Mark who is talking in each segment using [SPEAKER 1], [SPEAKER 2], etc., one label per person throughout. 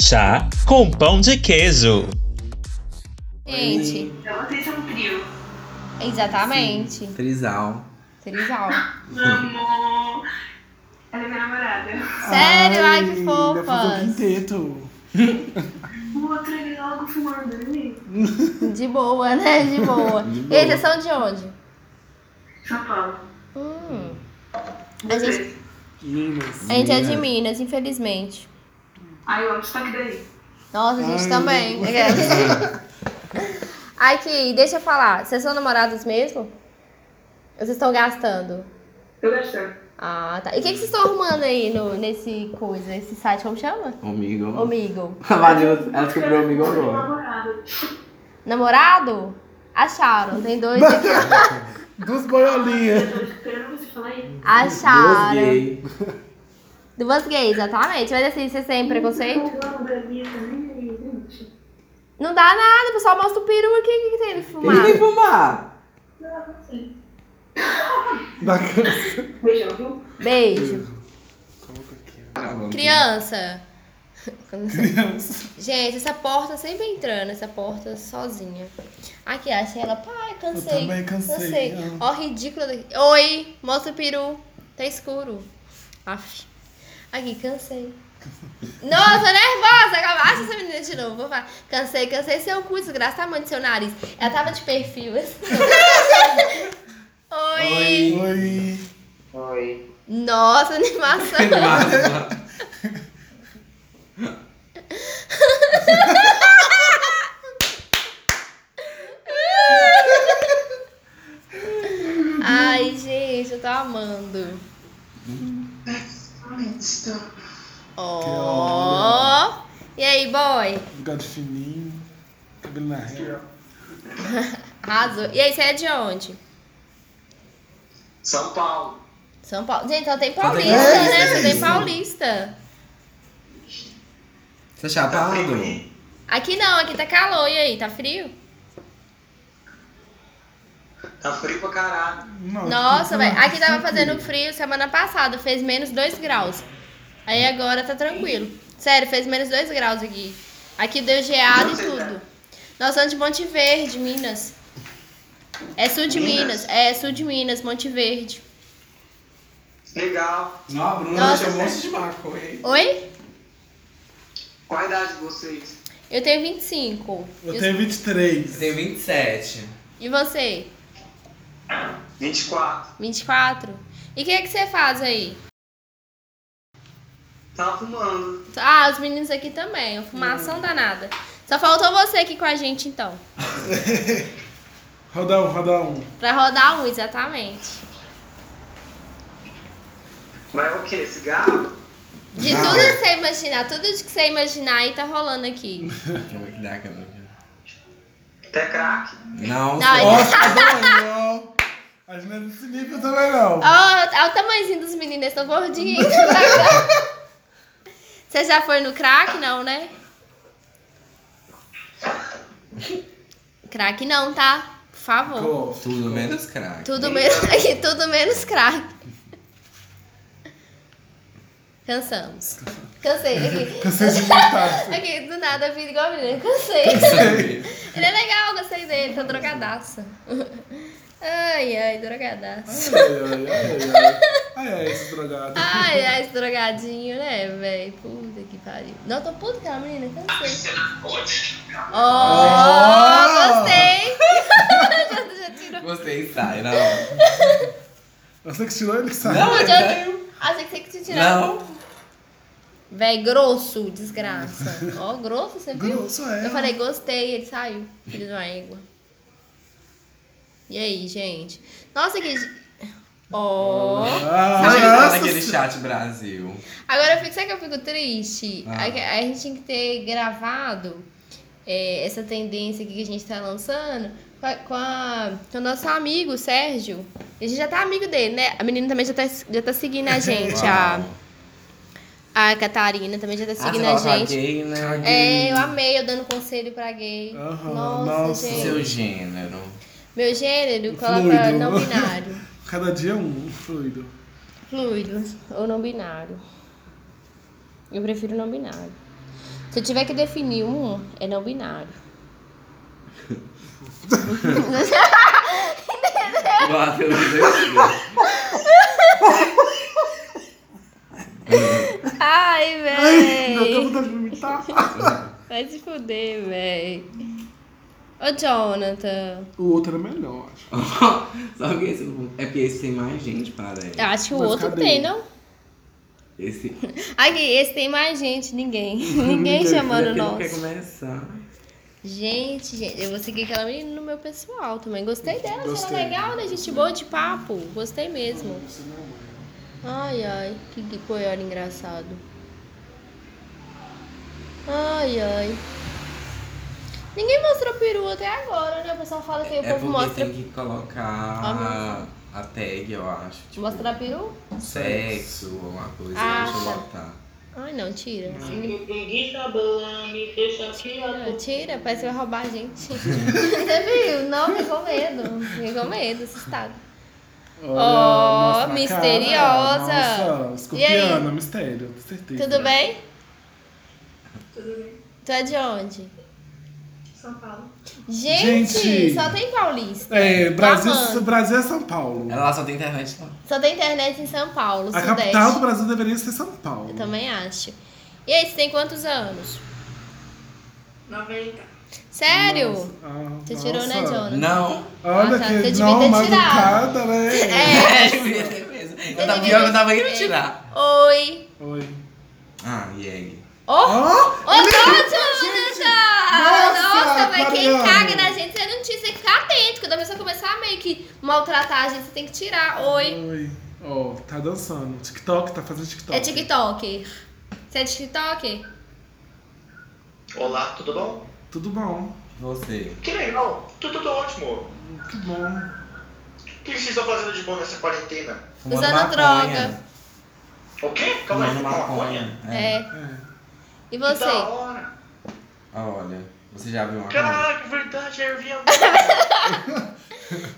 [SPEAKER 1] chá com pão de queijo.
[SPEAKER 2] Gente,
[SPEAKER 3] Então vocês são trio.
[SPEAKER 2] exatamente.
[SPEAKER 4] Trisal.
[SPEAKER 2] Trisal.
[SPEAKER 3] Amo. Ela é minha namorada.
[SPEAKER 2] Sério? Ai, que
[SPEAKER 5] fofa.
[SPEAKER 2] fofas.
[SPEAKER 5] um quinteto.
[SPEAKER 3] O outro ele logo fumando né, ali.
[SPEAKER 2] De boa, né? De boa.
[SPEAKER 4] De boa.
[SPEAKER 2] Eles são de onde?
[SPEAKER 3] São Paulo.
[SPEAKER 2] Hum. A gente,
[SPEAKER 3] Vocês.
[SPEAKER 5] Minas.
[SPEAKER 2] a gente é de
[SPEAKER 4] Minas.
[SPEAKER 2] Minas, infelizmente.
[SPEAKER 3] Ai, eu amo o sotaque daí.
[SPEAKER 2] Nossa, a gente
[SPEAKER 5] Ai,
[SPEAKER 2] também. Aqui, deixa eu falar. Vocês são namorados mesmo? Ou Vocês estão gastando?
[SPEAKER 3] Eu gostei.
[SPEAKER 2] Ah, tá. E o que, que vocês estão arrumando aí no, nesse coisa, esse site, como chama?
[SPEAKER 4] Amigo.
[SPEAKER 2] Omigo.
[SPEAKER 4] A Maria, ela descobriu o amigo agora.
[SPEAKER 3] namorado.
[SPEAKER 2] Namorado? Acharam. Tem dois aqui.
[SPEAKER 5] Duas boiolinhas.
[SPEAKER 3] Eu tô esperando você falar aí.
[SPEAKER 4] Deus
[SPEAKER 2] Acharam.
[SPEAKER 4] gay.
[SPEAKER 2] Duas gays, exatamente. Mas assim, vocês têm preconceito?
[SPEAKER 3] Eu amo Galinha também, né, gente.
[SPEAKER 2] Não dá nada, o pessoal mostra o peru aqui. O que, que tem ele
[SPEAKER 4] Ele
[SPEAKER 2] fumar?
[SPEAKER 4] tem fumar.
[SPEAKER 3] Não, não sei.
[SPEAKER 5] Bacana.
[SPEAKER 3] Beijão, viu?
[SPEAKER 2] Beijo.
[SPEAKER 5] Coloca aqui. né?
[SPEAKER 2] Criança.
[SPEAKER 5] Criança.
[SPEAKER 2] Gente, essa porta sempre entrando, essa porta sozinha. Aqui, achei ela. Pai, cansei.
[SPEAKER 5] também cansei, ah. amo.
[SPEAKER 2] Ó, ridícula daqui. Oi, mostra o peru. Tá escuro. Aff. Aqui, cansei. Nossa, nervosa. Calma, Acha essa menina de novo. Vou falar. Cansei, cansei seu cu, desgraça tamanho do seu nariz. Ela tava de perfil. assim. Oi.
[SPEAKER 5] Oi.
[SPEAKER 3] Oi.
[SPEAKER 2] Nossa, animação. Ai, gente, eu tô amando. Ó. E aí, boy?
[SPEAKER 5] Lugar de fininho. Cabelo na régua.
[SPEAKER 2] Arrasou. E aí, você é de onde?
[SPEAKER 6] São Paulo.
[SPEAKER 2] São Paulo. Gente, só tem
[SPEAKER 4] tem
[SPEAKER 2] paulista, né?
[SPEAKER 4] paulista,
[SPEAKER 2] Só tem
[SPEAKER 4] isso.
[SPEAKER 2] paulista.
[SPEAKER 4] Você é chapado?
[SPEAKER 2] Aqui não, aqui tá calor. E aí, tá frio?
[SPEAKER 6] Tá frio pra caralho.
[SPEAKER 5] Não, tá
[SPEAKER 2] Nossa,
[SPEAKER 5] não,
[SPEAKER 2] velho.
[SPEAKER 5] não.
[SPEAKER 2] Aqui tava fazendo frio semana passada, fez menos 2 graus. Aí agora tá tranquilo. Sério, fez menos 2 graus aqui. Aqui deu geada e tudo. Nós somos de Monte Verde, Minas. É sul de Minas.
[SPEAKER 6] Minas?
[SPEAKER 2] É sul de Minas, Monte Verde.
[SPEAKER 6] Legal.
[SPEAKER 4] Não, a Bruna
[SPEAKER 2] Nossa.
[SPEAKER 4] deixou um monte de maconha.
[SPEAKER 2] Oi?
[SPEAKER 6] Qual a idade de vocês?
[SPEAKER 2] Eu tenho 25.
[SPEAKER 5] Eu
[SPEAKER 2] E os-
[SPEAKER 5] tenho 23.
[SPEAKER 4] Tem 27.
[SPEAKER 2] E você?
[SPEAKER 6] 24.
[SPEAKER 2] 24? E o que, é que você faz aí?
[SPEAKER 6] Tá fumando.
[SPEAKER 2] Ah, os meninos aqui também. uma
[SPEAKER 5] Hum.
[SPEAKER 2] Fumação danada. Só faltou você aqui com a gente então.
[SPEAKER 5] Roda um, roda um.
[SPEAKER 2] Pra rodar um, exatamente.
[SPEAKER 6] Mas é o quê? Cigarro?
[SPEAKER 2] De
[SPEAKER 4] Não.
[SPEAKER 2] tudo que você imaginar, tudo de que você imaginar aí tá rolando aqui.
[SPEAKER 4] Como é que dá, cara?
[SPEAKER 6] Até crack?
[SPEAKER 4] Não,
[SPEAKER 2] Não,
[SPEAKER 4] só-
[SPEAKER 5] Nossa, tá doido. A gente um, não é desse nível também, não.
[SPEAKER 2] Olha o tamanhozinho dos meninos, estão gordinhos. você já foi no crack, não, né? Crack não, tá? Por favor.
[SPEAKER 5] Pô,
[SPEAKER 4] Tudo menos crack.
[SPEAKER 2] Tudo menos, tudo menos crack. Cansamos. Cansei. Aqui,
[SPEAKER 5] Cansei de lutar.
[SPEAKER 2] aqui do nada, eu fiz igual a menina. Cansei. Ele é legal, gostei dele, tá drogadaço. Ai, ai, drogadaço.
[SPEAKER 5] Ai, ai, ai, ai. Ai, ai, esse drogado.
[SPEAKER 2] Ai, ai, esse drogadinho, né, velho? Puta que pariu. Não, tô puta com a menina, cansei. Oh, gostei. já, já tirou.
[SPEAKER 4] Gostei, sai, não.
[SPEAKER 5] Você que tirou ele, sabe?
[SPEAKER 4] Não,
[SPEAKER 2] Mas
[SPEAKER 4] ele saiu.
[SPEAKER 2] eu- Achei que Ah, você que tinha tirado.
[SPEAKER 4] Não.
[SPEAKER 2] Véi, grosso, desgraça. Ó, grosso, você viu?
[SPEAKER 5] Grosso é.
[SPEAKER 2] Eu falei, gostei, ele saiu, filho de uma égua. E aí, gente? Nossa, que... Ó...
[SPEAKER 5] Ah,
[SPEAKER 4] Sabe o que tá
[SPEAKER 5] nossa.
[SPEAKER 4] naquele chat Brasil?
[SPEAKER 2] Agora, eu fico, sabe que eu fico triste?
[SPEAKER 4] Ah.
[SPEAKER 2] A, a gente tinha que ter gravado é, essa tendência aqui que a gente tá lançando com, a- com, a- com o nosso amigo, o Sérgio. A gente já tá amigo dele, né? A menina também já tá, já tá seguindo a gente. a,
[SPEAKER 4] Uau.
[SPEAKER 2] a Catarina também já tá
[SPEAKER 4] Ah, você
[SPEAKER 2] seguindo a
[SPEAKER 4] fala com
[SPEAKER 2] gente.
[SPEAKER 4] gay, né?
[SPEAKER 2] É, eu amei eu dando conselho pra gay.
[SPEAKER 5] Aham,
[SPEAKER 2] nossa,
[SPEAKER 5] nossa.
[SPEAKER 2] gente.
[SPEAKER 4] Seu gênero.
[SPEAKER 2] Meu gênero coloca
[SPEAKER 5] Fluido.
[SPEAKER 2] não binário.
[SPEAKER 5] Cada dia é um fluido.
[SPEAKER 2] Fluido ou não binário. Eu prefiro não binário. Se eu tiver que definir um, é não binário. É.
[SPEAKER 4] Bateu no dedo.
[SPEAKER 2] Ai,
[SPEAKER 5] Ai, eu tô
[SPEAKER 2] véi.
[SPEAKER 5] vontade de vomitar.
[SPEAKER 2] Vai se fuder, véi. Ô, Jonathan.
[SPEAKER 5] O outro era melhor, acho.
[SPEAKER 4] Sabe o que é esse? É porque esse tem mais gente, parece.
[SPEAKER 2] Eu acho que o
[SPEAKER 5] Mas
[SPEAKER 2] outro
[SPEAKER 5] cadê?
[SPEAKER 2] tem, não?
[SPEAKER 4] Esse.
[SPEAKER 2] Aqui, esse tem mais gente, ninguém. ninguém chamando
[SPEAKER 4] Ele não quer
[SPEAKER 2] nós.
[SPEAKER 4] começar.
[SPEAKER 2] Gente, gente, eu vou seguir aquela menina no meu pessoal também. Gostei dela, achei
[SPEAKER 5] Gostei.
[SPEAKER 2] ela legal, né? Gente boa de papo. Gostei mesmo. Ai, ai, que, que coior engraçado. Ai, ai. Ninguém mostrou peru até agora, né? O pessoal fala que o
[SPEAKER 4] É
[SPEAKER 2] povo
[SPEAKER 4] porque
[SPEAKER 2] mostra.
[SPEAKER 4] tem que colocar
[SPEAKER 2] Ah, não.
[SPEAKER 4] a tag, eu acho. Tipo,
[SPEAKER 2] Mostrar peru?
[SPEAKER 4] sexo ou uma coisa.
[SPEAKER 2] Ah,
[SPEAKER 4] Deixa eu
[SPEAKER 2] tá.
[SPEAKER 4] botar.
[SPEAKER 2] Ai, não, tira.
[SPEAKER 7] Preguiça boa, me deixa aqui, ó.
[SPEAKER 2] Tira, tira, parece que vai roubar a gente. Você viu? Não, me com medo. Me com medo, assustado.
[SPEAKER 5] Olha, mostra na
[SPEAKER 2] misteriosa.
[SPEAKER 5] cara. Nossa,
[SPEAKER 2] E
[SPEAKER 5] escorpiana, mistério, com certeza.
[SPEAKER 2] Tudo bem?
[SPEAKER 3] Tudo bem?
[SPEAKER 2] Tu é de onde?
[SPEAKER 3] São Paulo.
[SPEAKER 2] Gente,
[SPEAKER 5] Gente!
[SPEAKER 2] só tem paulista.
[SPEAKER 5] É, Brasil,
[SPEAKER 2] Tá amando.
[SPEAKER 5] Brasil é São Paulo.
[SPEAKER 4] Ela só tem internet tá? lá.
[SPEAKER 2] Só tem internet em São Paulo,
[SPEAKER 5] A
[SPEAKER 2] é Sudeste.
[SPEAKER 5] capital do Brasil deveria ser São Paulo.
[SPEAKER 2] Eu também acho. E aí, você tem quantos anos?
[SPEAKER 3] 90.
[SPEAKER 2] Sério?
[SPEAKER 5] Nossa, ah,
[SPEAKER 2] Você tirou, né,
[SPEAKER 5] nossa.
[SPEAKER 2] Jonathan?
[SPEAKER 4] Não.
[SPEAKER 5] Olha
[SPEAKER 2] Ah, tá,
[SPEAKER 5] que
[SPEAKER 2] você devia
[SPEAKER 5] não,
[SPEAKER 2] ter
[SPEAKER 5] mal
[SPEAKER 2] tirado.
[SPEAKER 5] educada, né?
[SPEAKER 2] É.
[SPEAKER 4] É, devia ter mesmo. Eu tava pior que eu tava indo tirar.
[SPEAKER 2] Oi.
[SPEAKER 5] Oi.
[SPEAKER 4] Ah, Yeg.
[SPEAKER 2] É. Oh!
[SPEAKER 5] Ó,
[SPEAKER 2] Ô, Jonathan!
[SPEAKER 5] Nossa,
[SPEAKER 2] Nossa, mas quem
[SPEAKER 5] Mariana.
[SPEAKER 2] caga na gente, você não tinha você tem que ficar atento. Quando a pessoa começar a meio que maltratar a gente, você tem que tirar. Oi.
[SPEAKER 5] Oi. Ó, tá dançando. TikTok, tá fazendo TikTok.
[SPEAKER 2] É TikTok. Você é TikTok?
[SPEAKER 8] Olá, tudo bom?
[SPEAKER 5] Tudo bom.
[SPEAKER 4] Você.
[SPEAKER 8] Que legal, tudo tá ótimo.
[SPEAKER 5] Que bom.
[SPEAKER 8] O que vocês estão fazendo de bom nessa quarentena?
[SPEAKER 4] Fumando
[SPEAKER 2] Usando
[SPEAKER 4] maconha.
[SPEAKER 2] droga.
[SPEAKER 8] O quê? Calma aí,
[SPEAKER 4] Fumando maconha. É.
[SPEAKER 2] É.
[SPEAKER 5] É.
[SPEAKER 2] E
[SPEAKER 8] Que
[SPEAKER 2] você?
[SPEAKER 8] da hora.
[SPEAKER 4] Ah, Olha, você já viu maconha?
[SPEAKER 8] Caraca, verdade, ervinha.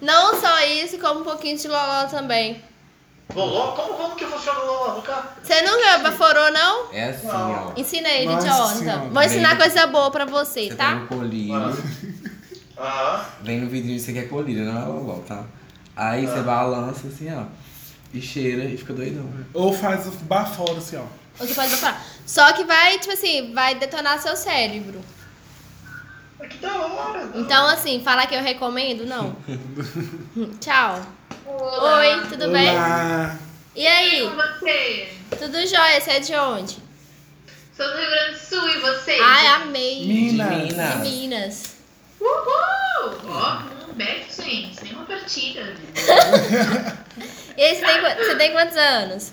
[SPEAKER 2] Não só isso, como um pouquinho de loló também.
[SPEAKER 8] Loló? Como, como que funciona o Loló? Nunca...
[SPEAKER 2] Você nunca baforou, não?
[SPEAKER 4] É assim, ó.
[SPEAKER 2] Ensina ele,
[SPEAKER 5] Nossa
[SPEAKER 2] Jonathan.
[SPEAKER 5] Senhora.
[SPEAKER 2] Vou ensinar
[SPEAKER 4] Bem.
[SPEAKER 2] coisa boa pra você,
[SPEAKER 4] Você pega
[SPEAKER 2] tá?
[SPEAKER 4] o colírio.
[SPEAKER 8] Aham.
[SPEAKER 4] Vem no vidrinho, você quer colírio, não é loló, tá? Aí você balança assim, ó. E cheira e fica doidão.
[SPEAKER 5] Ou faz o bafora assim, ó.
[SPEAKER 2] Você pode baforar. Só que vai, tipo assim, vai detonar seu cérebro.
[SPEAKER 8] Ah, Que da hora.
[SPEAKER 2] Então, assim, falar que eu recomendo, não. Tchau. Oi, tudo bem?
[SPEAKER 5] Olá.
[SPEAKER 2] E
[SPEAKER 7] E
[SPEAKER 2] aí?
[SPEAKER 7] com você?
[SPEAKER 2] Tudo jóia? Você é de onde?
[SPEAKER 7] Sou do Rio Grande do Sul e você?
[SPEAKER 2] Ai, amei.
[SPEAKER 5] Minas.
[SPEAKER 4] Minas.
[SPEAKER 2] De Minas.
[SPEAKER 7] Uhul! Ó, um belo swing, sem uma partida.
[SPEAKER 2] E aí, você tem, qua- você tem quantos anos?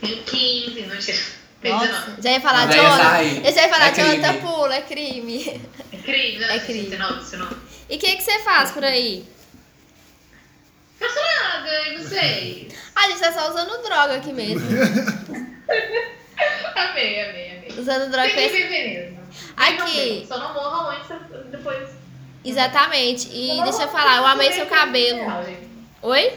[SPEAKER 7] Tenho 15, não tira.
[SPEAKER 2] Nossa, já ia falar
[SPEAKER 4] Mas
[SPEAKER 2] de
[SPEAKER 4] aí ia
[SPEAKER 2] outra.
[SPEAKER 4] sair.
[SPEAKER 2] Eu já ia falar
[SPEAKER 4] É
[SPEAKER 2] de outra
[SPEAKER 4] crime.
[SPEAKER 2] pula, é crime.
[SPEAKER 7] É crise,
[SPEAKER 2] É
[SPEAKER 7] né?
[SPEAKER 2] crise.
[SPEAKER 7] 19, 19.
[SPEAKER 2] E o que, que você faz por aí?
[SPEAKER 7] Faço nada, e você?
[SPEAKER 2] A gente tá só usando droga aqui mesmo.
[SPEAKER 7] Amei, amei, amei.
[SPEAKER 2] Usando droga.
[SPEAKER 7] Tem que
[SPEAKER 2] pra-
[SPEAKER 7] viver mesmo.
[SPEAKER 2] Aqui.
[SPEAKER 7] Só não morra antes, depois.
[SPEAKER 2] Exatamente. E deixa eu falar, eu amei seu cabelo. Oi?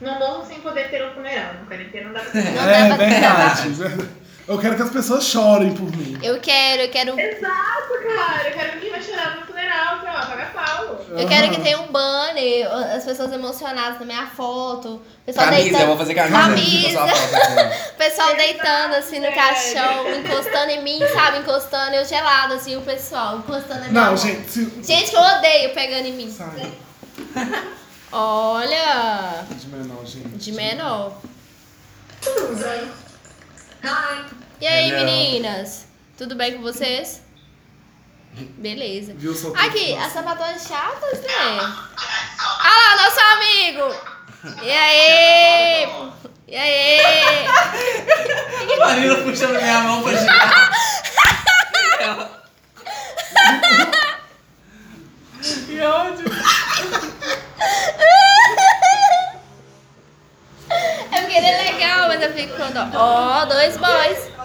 [SPEAKER 7] Não morro sem poder ter um funeral. Na quarentena não dá pra
[SPEAKER 2] Não
[SPEAKER 5] É,
[SPEAKER 2] dá pra
[SPEAKER 5] verdade. Eu quero que as pessoas chorem por mim.
[SPEAKER 2] Eu quero, eu quero. um-
[SPEAKER 7] Cara, eu quero que quem vai chorar no funeral, pra lá, paga pau.
[SPEAKER 2] Eu quero que tenha um banner, as pessoas emocionadas na minha foto, o pessoal
[SPEAKER 4] Camisa, eu
[SPEAKER 2] deitando,
[SPEAKER 4] vou fazer camisa.
[SPEAKER 2] Camisa.
[SPEAKER 4] Só falta, assim,
[SPEAKER 2] o pessoal deitando assim no caixão, encostando em mim, sabe? Encostando, eu gelada assim, o pessoal encostando na minha
[SPEAKER 5] Não,
[SPEAKER 2] mão.
[SPEAKER 5] gente. se-
[SPEAKER 2] Gente que eu odeio pegando em mim.
[SPEAKER 5] Sai.
[SPEAKER 2] Olha,
[SPEAKER 5] De menor, gente.
[SPEAKER 2] de menor. E aí,
[SPEAKER 5] Hello.
[SPEAKER 2] meninas? Tudo bem com vocês? Beleza.
[SPEAKER 5] Viu só tudo?
[SPEAKER 2] Aqui, assim, as sapatonas chatas, né? Olha lá, nosso amigo! E aí? E aí?
[SPEAKER 4] ó. Marina puxando minha mão pra girar. Que ódio.
[SPEAKER 2] É porque ele é legal, mas eu fico com dó. Ó, dois boys.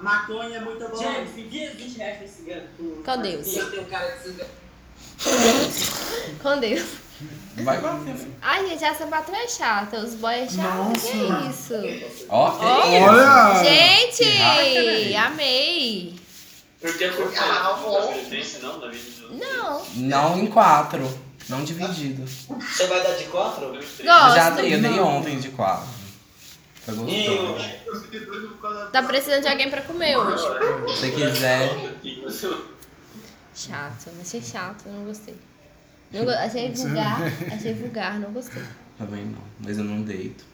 [SPEAKER 9] Maconha é muito bom.
[SPEAKER 6] Gente, me guia 20 reais pra esse gato.
[SPEAKER 2] Com Deus.
[SPEAKER 6] Eu tenho cara de cigano.
[SPEAKER 2] Com Deus.
[SPEAKER 4] Vai.
[SPEAKER 2] Ai, gente, essa patroa é chata. Os boys é chato. Que isso?
[SPEAKER 4] Ó, que isso?
[SPEAKER 5] Olha!
[SPEAKER 2] Gente, amei.
[SPEAKER 8] Eu tenho que um
[SPEAKER 7] Ah, bom.
[SPEAKER 8] não, David.
[SPEAKER 2] Não,
[SPEAKER 4] Não em quatro. Não dividido.
[SPEAKER 8] Você vai dar de quatro?
[SPEAKER 4] Eu já dei,
[SPEAKER 2] gosto.
[SPEAKER 4] eu dei ontem de quatro. Foi gostoso.
[SPEAKER 2] Tá precisando de alguém pra comer hoje.
[SPEAKER 4] Se você quiser.
[SPEAKER 2] Chato, achei chato, não gostei. Não go- achei vulgar, achei vulgar, não gostei.
[SPEAKER 4] Também não. Mas eu não deito.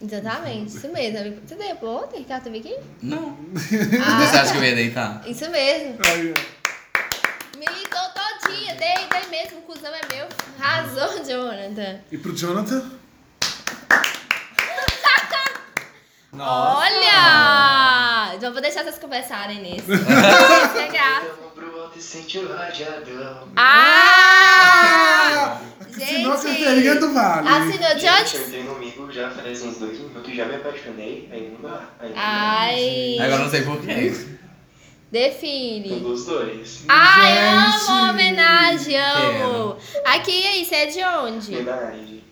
[SPEAKER 2] Exatamente, isso mesmo. amigo. Você deu pra ontem, Ricardo Vicky?
[SPEAKER 4] Não. Você
[SPEAKER 2] Ah,
[SPEAKER 4] acha que eu ia deitar?
[SPEAKER 2] isso mesmo.
[SPEAKER 5] Aí, ó.
[SPEAKER 2] Militou todinha, dei, dei mesmo, o cuzão é meu. Razão, Jonathan.
[SPEAKER 5] E pro Jonathan?
[SPEAKER 2] Olha! Já vou deixar vocês conversarem nisso. Isso é graça. Ah!
[SPEAKER 5] Senão a carteirinha
[SPEAKER 2] Gente!
[SPEAKER 5] do Vale.
[SPEAKER 2] Assinou Ah, de antes?
[SPEAKER 8] tenho um amigo já faz uns dois minutos, já me apaixonei, aí não dá. Aí
[SPEAKER 2] Ai!
[SPEAKER 4] Agora eu não sei porquê.
[SPEAKER 2] Define.
[SPEAKER 8] dos dois.
[SPEAKER 2] Ai,
[SPEAKER 5] Gente.
[SPEAKER 2] amo a homenagem, amo. Aqui, e aí, você é de onde?
[SPEAKER 8] Verdade.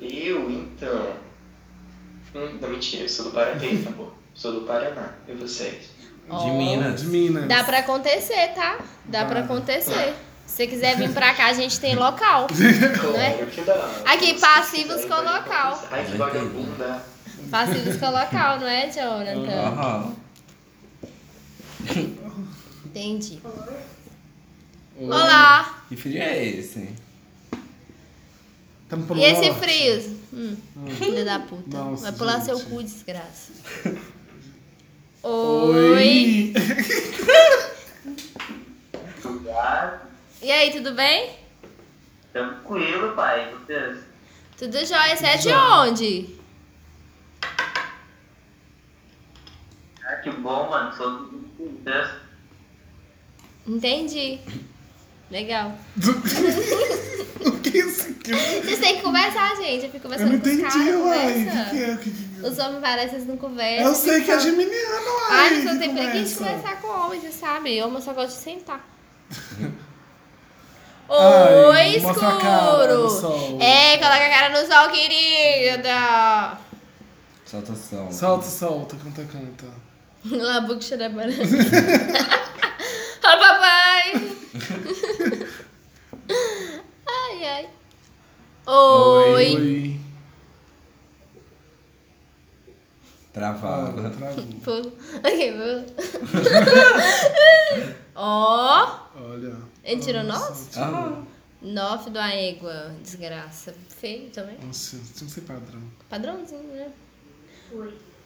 [SPEAKER 8] Eu, então. Hum, Não, mentira, eu sou do Paraná, tá bom? Sou do Paraná, e vocês?
[SPEAKER 4] De Minas.
[SPEAKER 5] De Minas.
[SPEAKER 2] Assim, Dá pra acontecer, tá? Dá pra acontecer. Se você quiser vir pra cá, a gente tem local. Não é?
[SPEAKER 8] Claro que dá.
[SPEAKER 2] Aqui,
[SPEAKER 8] Se
[SPEAKER 2] passivos
[SPEAKER 8] quiserem,
[SPEAKER 2] com
[SPEAKER 8] pode
[SPEAKER 2] local.
[SPEAKER 8] conversar. Ai, que vagabunda.
[SPEAKER 2] Passivos com local, não é, Jonathan?
[SPEAKER 4] Aham.
[SPEAKER 2] Entendi. Olá!
[SPEAKER 4] Que frio é esse?
[SPEAKER 5] Tamo pro
[SPEAKER 2] E esse
[SPEAKER 5] norte.
[SPEAKER 2] frio? Hum, filha da puta.
[SPEAKER 5] Nossa,
[SPEAKER 2] Vai pular seu
[SPEAKER 5] gente.
[SPEAKER 2] cu, desgraça. Oi!
[SPEAKER 5] Oi!
[SPEAKER 6] Lugar
[SPEAKER 2] E aí, tudo bem?
[SPEAKER 6] tranquilo, pai. Vocês?
[SPEAKER 2] Tudo jóia? Você é de onde?
[SPEAKER 6] Ah, que bom, mano. Sou do vocês.
[SPEAKER 2] Entendi. Legal.
[SPEAKER 5] O que é isso aqui?
[SPEAKER 2] Vocês têm que conversar, gente. Eu fico
[SPEAKER 5] Eu não
[SPEAKER 2] conversando com os
[SPEAKER 5] entendi,
[SPEAKER 2] caras.
[SPEAKER 5] uai.
[SPEAKER 2] conversa.
[SPEAKER 5] O que que é? O que que-
[SPEAKER 2] Os homens parecem que não conversam.
[SPEAKER 5] Eu sei que é
[SPEAKER 2] ficam-
[SPEAKER 5] geminiano, uai.
[SPEAKER 2] Ai, mas
[SPEAKER 5] que
[SPEAKER 2] eu tenho preguiça de
[SPEAKER 5] conversa.
[SPEAKER 2] conversar com homem, você sabe? Homem só gosta de sentar.
[SPEAKER 5] Ai,
[SPEAKER 2] Oi,
[SPEAKER 5] mostra a cara no
[SPEAKER 2] escuro!
[SPEAKER 5] sol.
[SPEAKER 2] É, coloca a cara no sol, querida!
[SPEAKER 4] Solta som.
[SPEAKER 5] Solta, solta, canta, canta.
[SPEAKER 2] Labuque xerabana. Fala, papai! ai, ai. Oi.
[SPEAKER 5] Oi.
[SPEAKER 4] Travada.
[SPEAKER 5] Travou.
[SPEAKER 2] Pulo. Ok, pulo. Ó.
[SPEAKER 5] Olha.
[SPEAKER 2] Ele tirou nós?
[SPEAKER 4] Aham.
[SPEAKER 2] Nove da égua. Desgraça. Feio também.
[SPEAKER 5] tipo, Nossa, tinha que ser padrão.
[SPEAKER 2] Padrãozinho, né?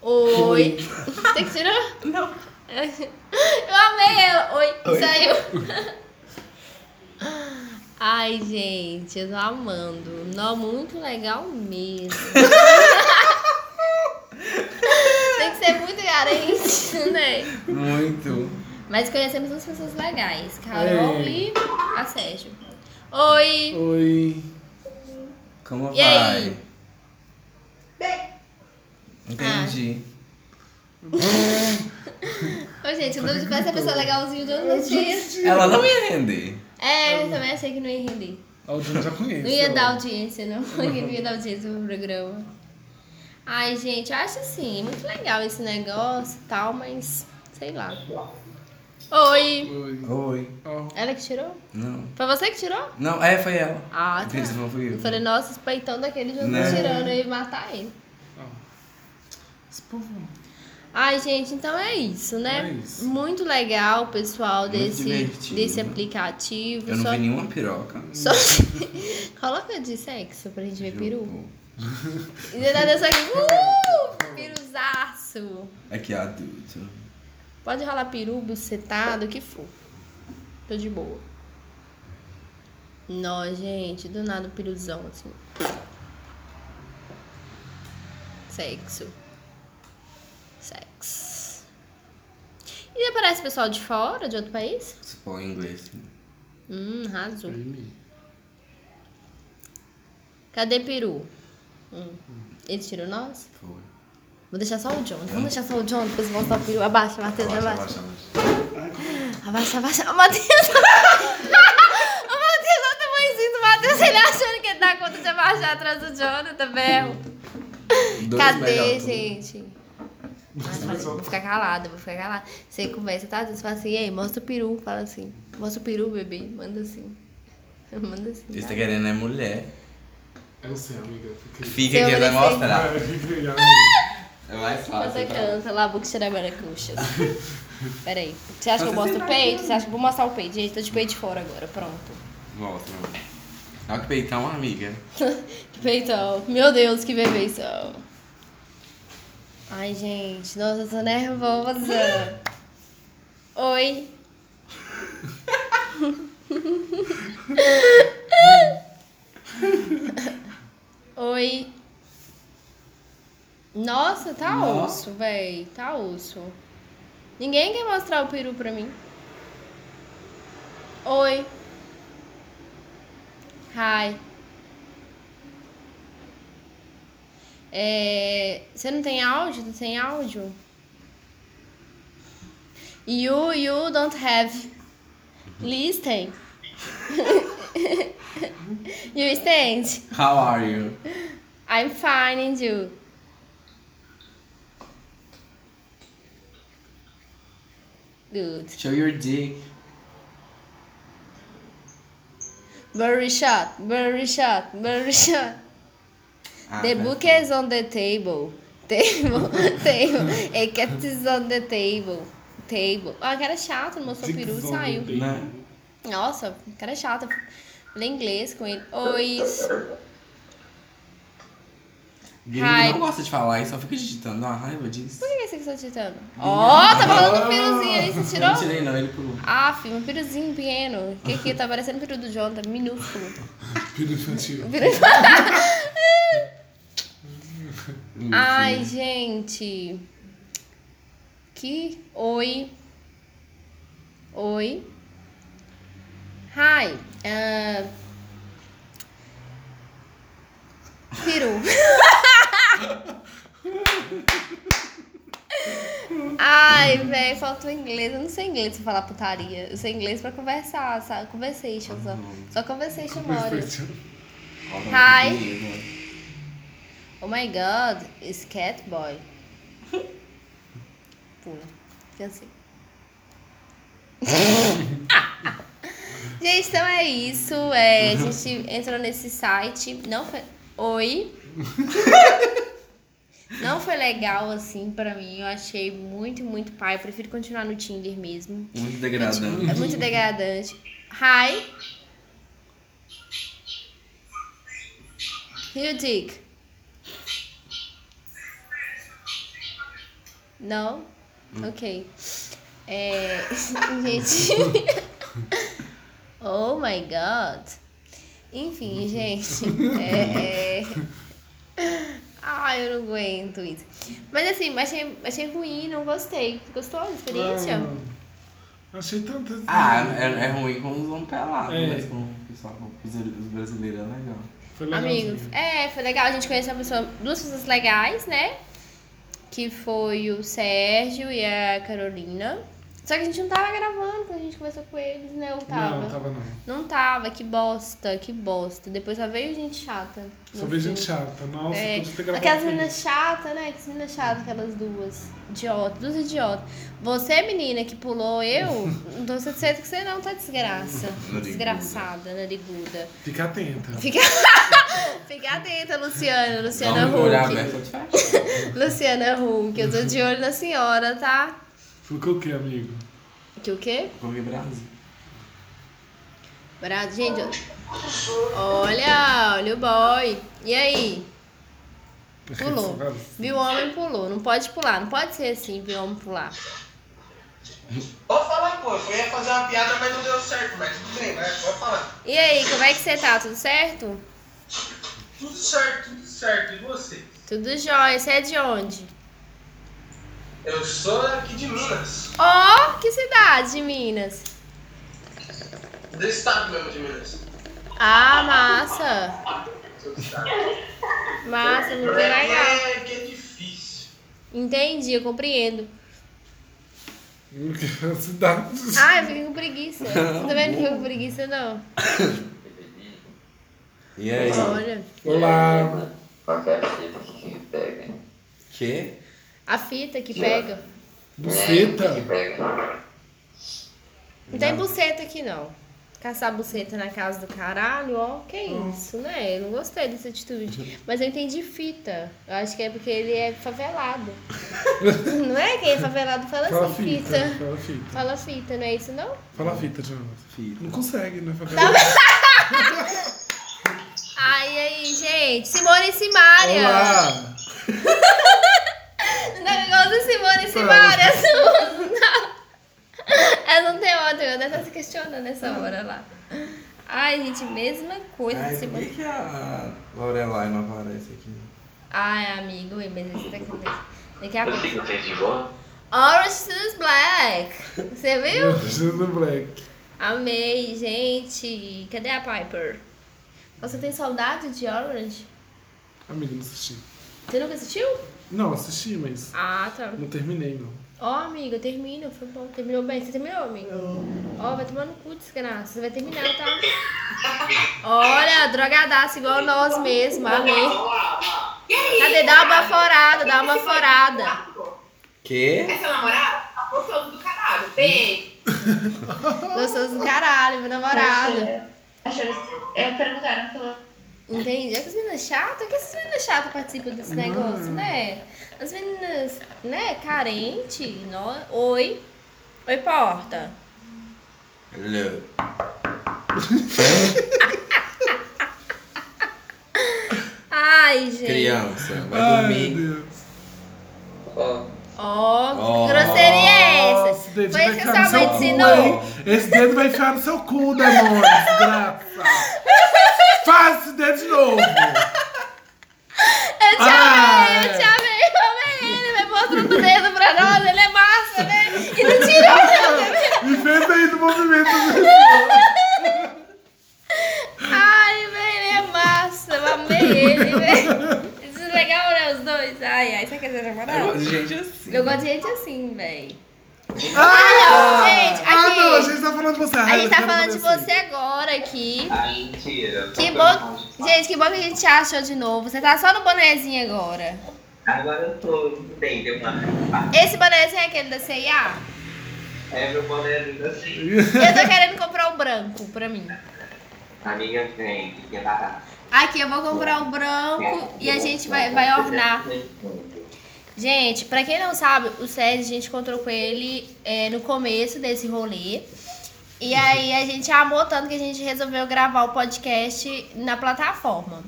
[SPEAKER 2] Oi. Você que tirou? Não. Eu amei ela. Oi. Saiu. Ai, gente, eu tô amando. Nó muito legal mesmo. Tem que ser muito carente, né?
[SPEAKER 4] Muito.
[SPEAKER 2] Mas conhecemos duas pessoas legais, Carol
[SPEAKER 5] Ei.
[SPEAKER 2] e a Sérgio. Oi!
[SPEAKER 5] Oi.
[SPEAKER 4] Como
[SPEAKER 2] E aí?
[SPEAKER 4] vai? Entendi.
[SPEAKER 2] Ô, gente, quando eu tivesse a pessoa legalzinha, eu não tinha.
[SPEAKER 4] Ela não ia render.
[SPEAKER 2] É, eu também achei que não ia render.
[SPEAKER 5] Ó, o Júnior já conhece.
[SPEAKER 2] Não ia
[SPEAKER 5] ó.
[SPEAKER 2] dar audiência, não. Não ia dar audiência pro programa. Ai, gente, eu acho assim, muito legal esse negócio e tal, mas sei lá. Oi!
[SPEAKER 5] Oi.
[SPEAKER 4] Oi.
[SPEAKER 5] Ó.
[SPEAKER 2] Ela que tirou?
[SPEAKER 4] Não.
[SPEAKER 2] Foi você que tirou?
[SPEAKER 4] Não, é, foi ela.
[SPEAKER 2] Ah,
[SPEAKER 4] Eu
[SPEAKER 2] tá.
[SPEAKER 4] pensei que não fui eu.
[SPEAKER 2] Eu falei, nossa, esse peitão daquele já tá
[SPEAKER 4] Né?
[SPEAKER 2] tirando, eu ia matar ele.
[SPEAKER 5] Esse povo.
[SPEAKER 2] Ai, gente, então é isso, né?
[SPEAKER 5] É isso.
[SPEAKER 2] Muito legal, pessoal, desse,
[SPEAKER 4] divertido.
[SPEAKER 2] desse aplicativo.
[SPEAKER 4] Eu não
[SPEAKER 2] só
[SPEAKER 4] vi nenhuma piroca.
[SPEAKER 2] só... Coloca de sexo pra gente ver peru.
[SPEAKER 4] Juro.
[SPEAKER 2] E de nada, só que... Uh! Piruzaço!
[SPEAKER 4] Aqui, É adulto.
[SPEAKER 2] Pode rolar peru, bucetado, o que for. Tô de boa. Nó, gente, do nada o piruzão, assim. Sexo. Sexo. E aparece pessoal de fora, de outro país?
[SPEAKER 4] Se for em inglês. tipo,
[SPEAKER 2] Hum, arrasou.
[SPEAKER 5] Amy.
[SPEAKER 2] Cadê peru? Hum. Ele tirou nós?
[SPEAKER 4] Foi.
[SPEAKER 2] Vou deixar só o John. Vamos deixar só o John, depois mostrar o peru. Abaixa, Matheus, abaixa.
[SPEAKER 4] Abaixa, abaixa, abaixa.
[SPEAKER 2] Abaixa, abaixa. O Matheus. o Matheus, olha o tamanhozinho do Matheus. Ele acha dar conta de abaixar atrás do Jonathan, berro.
[SPEAKER 4] Dois
[SPEAKER 2] Cadê,
[SPEAKER 4] melhor,
[SPEAKER 2] gente? Nossa, mas vou ficar calada, vou ficar calada. Você conversa, tá? Você fala assim, ei, mostra o peru. Fala assim, mostra o peru, bebê. Manda assim. Manda assim.
[SPEAKER 4] Você
[SPEAKER 2] tá?
[SPEAKER 4] tá querendo é mulher. É
[SPEAKER 5] Eu não sei, amiga.
[SPEAKER 4] tá
[SPEAKER 5] Fiquei...
[SPEAKER 4] Fica
[SPEAKER 2] Seu
[SPEAKER 4] aqui, vai
[SPEAKER 2] adolescente.
[SPEAKER 4] mostrar. É mais
[SPEAKER 2] Você
[SPEAKER 4] fácil. tá?
[SPEAKER 2] cansa lá, boca xerabaracuxa. Peraí. Você acha que eu
[SPEAKER 4] Mas você
[SPEAKER 2] mostro
[SPEAKER 4] tá
[SPEAKER 2] o peito? Você acha que eu vou mostrar o peito? Gente, tô de peito de fora agora, pronto.
[SPEAKER 4] Mostra. Olha que peitão, então, amiga.
[SPEAKER 2] Que peitão. Meu Deus, que bebê são. Ai, gente. Nossa, eu tô nervosa. Oi. Oi. Nossa, tá osso,
[SPEAKER 4] Nossa.
[SPEAKER 2] véi. Tá osso. Ninguém quer mostrar o peru pra mim. Oi. Hi. É, Você não tem áudio? Não tem áudio? You, you don't have. Listen. you stand.
[SPEAKER 4] How are you?
[SPEAKER 2] I'm fine and you. Good.
[SPEAKER 4] Show your dick.
[SPEAKER 2] Very short, very short, very short.
[SPEAKER 4] Ah,
[SPEAKER 2] The
[SPEAKER 4] tá.
[SPEAKER 2] book is on the table. Table, table. A cat is on the table. Table. Ah, cara chato, não mostrou o peru e saiu.
[SPEAKER 4] Né?
[SPEAKER 2] Nossa, cara chato. Falei inglês com ele. Oi.
[SPEAKER 4] Gringo
[SPEAKER 2] Hi.
[SPEAKER 4] não gosta de falar, ele só fica digitando. Dá uma raiva disso.
[SPEAKER 2] Por que é isso que você tá digitando? Ó, tá falando do peruzinho ali, você
[SPEAKER 4] Eu não
[SPEAKER 2] tirou?
[SPEAKER 4] tirei não, ele pulou.
[SPEAKER 2] Aff, um peruzinho pequeno. Que aqui tá parecendo o peru do Jonathan, minúsculo.
[SPEAKER 5] Filho infantil.
[SPEAKER 2] Peru- Ai, gente. Que oi. Oi. Hi. ah, Peru. Ai, velho, faltou inglês. Eu não sei inglês pra falar putaria. Eu sei inglês pra conversar, sabe? Conversation só. Só conversation, Mario. Hi.
[SPEAKER 4] Hi.
[SPEAKER 2] Oh my god, it's Catboy. Pula. Cansei. gente, então é isso. É, a gente entrou nesse site. Não foi. Oi. Não foi legal assim pra mim. Eu achei muito, muito pai. Eu prefiro continuar no Tinder mesmo.
[SPEAKER 4] Muito degradante.
[SPEAKER 2] É muito degradante. Hi. Here, Dick. Não? Ok. É... gente. oh my god. Enfim, gente. É... é- Ai, eu não aguento isso. Mas assim, achei, achei ruim, não gostei. Gostou da experiência?
[SPEAKER 5] Ah, achei tantas.
[SPEAKER 4] Ah, é, é ruim com os homens pelados,
[SPEAKER 5] É.
[SPEAKER 4] mas com o pessoal, com os brasileiros é legal.
[SPEAKER 5] Foi legal.
[SPEAKER 2] Amigos, é, foi legal. A gente conheceu uma pessoa- duas pessoas legais, né? Que foi o Sérgio e a Carolina. Só que a gente não tava gravando quando a gente conversou com eles, né? Eu tava.
[SPEAKER 5] Não, tá. tava não.
[SPEAKER 2] Não tava, que bosta, que bosta. Depois só veio gente chata. no
[SPEAKER 5] Só veio
[SPEAKER 2] fim.
[SPEAKER 5] gente chata. Nossa,
[SPEAKER 2] É,
[SPEAKER 5] podia ter gravado.
[SPEAKER 2] Aquelas
[SPEAKER 5] tudo.
[SPEAKER 2] meninas chatas, né? Aquelas meninas chatas, aquelas duas. Idiota, duas idiotas. Você, menina, que pulou eu, não tô satisfeita que você não, tá desgraça.
[SPEAKER 4] Nariguda.
[SPEAKER 2] Desgraçada, nariguda.
[SPEAKER 5] Fica atenta.
[SPEAKER 2] Fica, Fica atenta, Luciana. Luciana
[SPEAKER 4] Dá um olhar
[SPEAKER 2] Huck.
[SPEAKER 4] aberto, eu te falo.
[SPEAKER 2] Luciana Huck, eu tô de olho na senhora, tá?
[SPEAKER 5] Ficou o quê, amigo?
[SPEAKER 2] Que o quê?
[SPEAKER 4] Comi Brasil.
[SPEAKER 2] Brado, gente. eu- Olha, olha o boy. E aí? Pulou. Viu o homem pulou. Não pode pular. Não pode ser assim, viu o homem pular.
[SPEAKER 8] Vou falar, pô. Eu ia fazer uma piada, mas não deu certo. Mas tudo bem, vai. Vou falar.
[SPEAKER 2] E aí, como é que você tá? Tudo certo?
[SPEAKER 8] Tudo certo, tudo certo. E você?
[SPEAKER 2] Tudo jóia. Você é de onde?
[SPEAKER 8] Eu sou aqui de Minas.
[SPEAKER 2] Ó, que cidade, Minas.
[SPEAKER 8] Do estado mesmo de Minas.
[SPEAKER 2] Ah, massa.
[SPEAKER 8] Do estado.
[SPEAKER 2] Massa, muito
[SPEAKER 8] Não é que
[SPEAKER 2] legal.
[SPEAKER 8] é, que é difícil.
[SPEAKER 2] Entendi, eu compreendo.
[SPEAKER 5] Cidade.
[SPEAKER 2] Ah, eu fiquei com preguiça. Você também não fica com preguiça, não.
[SPEAKER 4] E aí?
[SPEAKER 2] Olha.
[SPEAKER 5] Olá.
[SPEAKER 6] Qualquer fita que pega.
[SPEAKER 4] Que?
[SPEAKER 2] A fita que pega.
[SPEAKER 5] Buceta.
[SPEAKER 6] Que pega.
[SPEAKER 2] Não tem buceta aqui, não. Caçar buceta na casa do caralho, ó. Que isso, né? Eu não gostei dessa atitude. Mas eu entendi fita. Eu acho que é porque ele é favelado. não é quem é favelado fala,
[SPEAKER 5] Fala
[SPEAKER 2] assim,
[SPEAKER 5] fita.
[SPEAKER 2] fita.
[SPEAKER 5] Fala fita.
[SPEAKER 2] Fala fita, não é isso, não?
[SPEAKER 5] Fala fita, Jonas. Não consegue, né?
[SPEAKER 2] Tá Ai, aí, gente. Simone e Simária.
[SPEAKER 5] Olá.
[SPEAKER 2] Não gosto de Simone e Simária, essa música, não. Ela não tem outra, ela tá se questionando nessa hora lá. Ai, gente, mesma coisa de
[SPEAKER 4] Ai, por
[SPEAKER 2] Simone.
[SPEAKER 4] que, que a Lorelai não aparece aqui?
[SPEAKER 2] Ai, amigo, ui, mas esse daqui. tá Daqui a
[SPEAKER 8] Eu
[SPEAKER 2] pouco.
[SPEAKER 8] sei que vocês de volta.
[SPEAKER 2] Orange is Black. Você viu?
[SPEAKER 5] Jesus do Black.
[SPEAKER 2] Amei, gente. Cadê a Piper? Você tem saudade de Orange?
[SPEAKER 5] Amigo, não assisti.
[SPEAKER 2] Você nunca assistiu?
[SPEAKER 5] Não, assisti, mas
[SPEAKER 2] Ah, tá.
[SPEAKER 5] não terminei, não.
[SPEAKER 2] Ó, amiga, termina. Foi bom. Terminou bem. Você terminou, amiga? Ó, vai tomar no cu, desgraça. Você vai terminar, tá? Olha, drogadaço, igual nós mesmo. Amei. Cadê? Dá uma baforada, dá uma baforada.
[SPEAKER 4] Que?
[SPEAKER 7] Essa namorada tá gostoso do caralho. Beijo.
[SPEAKER 2] Gostoso do caralho, meu namorado.
[SPEAKER 7] É, perguntaram pela.
[SPEAKER 2] Entendi. É que as meninas chatas, que essas meninas chatas participam desse negócio, né? As meninas, né, carente. nó- Oi. Oi, porta.
[SPEAKER 4] Hello.
[SPEAKER 2] Ai, gente.
[SPEAKER 4] Criança, vai
[SPEAKER 5] Ai,
[SPEAKER 4] dormir.
[SPEAKER 5] meu Deus.
[SPEAKER 6] Ó,
[SPEAKER 2] Ó,
[SPEAKER 4] Ó.
[SPEAKER 2] que grosseria é essa?
[SPEAKER 5] Esse dedo
[SPEAKER 2] Foi
[SPEAKER 5] vai
[SPEAKER 2] isso que
[SPEAKER 5] ficar
[SPEAKER 2] sua
[SPEAKER 5] no
[SPEAKER 2] mãe te
[SPEAKER 5] seu cu,
[SPEAKER 2] ensinou?
[SPEAKER 5] hein? Esse dedo vai ficar no seu cu, demônio. Desgraça. Faz esse dedo de novo.
[SPEAKER 2] Eu te
[SPEAKER 5] Ah,
[SPEAKER 2] amei, eu
[SPEAKER 5] é.
[SPEAKER 2] te amei, eu amei ele, vai mostrando o dedo pra nós, ele é massa, né? E não tirou o dedo.
[SPEAKER 5] Me fez aí do movimento.
[SPEAKER 2] Ai, velho, ele é massa, eu amei ele, velho. Isso é legal, né, os dois? Ai, ai, você quer ser
[SPEAKER 4] Eu
[SPEAKER 2] namorado?
[SPEAKER 4] gosto de gente assim.
[SPEAKER 2] Eu gosto de gente assim, velho.
[SPEAKER 5] Ah,
[SPEAKER 2] gente,
[SPEAKER 5] Ah,
[SPEAKER 2] aqui.
[SPEAKER 5] não, a gente tá falando de
[SPEAKER 4] Ah,
[SPEAKER 5] você.
[SPEAKER 2] A gente tá falando de
[SPEAKER 5] assim.
[SPEAKER 2] você
[SPEAKER 4] assim.
[SPEAKER 2] agora aqui.
[SPEAKER 6] aí, mentira.
[SPEAKER 2] Que
[SPEAKER 6] Tô
[SPEAKER 2] bom,
[SPEAKER 6] perguntando.
[SPEAKER 4] assim.
[SPEAKER 2] gente, que bom que a gente te achou de novo. Você tá só no bonezinho agora.
[SPEAKER 6] Agora eu tô, bem, deu uma.
[SPEAKER 2] Esse bonezinho é aquele da CIA?
[SPEAKER 6] É meu boné lindo assim.
[SPEAKER 2] Eu tô querendo comprar o branco pra mim.
[SPEAKER 6] Amiga, vem, que é barato.
[SPEAKER 2] Aqui, eu vou comprar o branco e a gente vai, vai ornar. Gente, pra quem não sabe, o César, a gente encontrou com ele é, no começo desse rolê. E aí a gente amou tanto que a gente resolveu gravar o podcast na plataforma.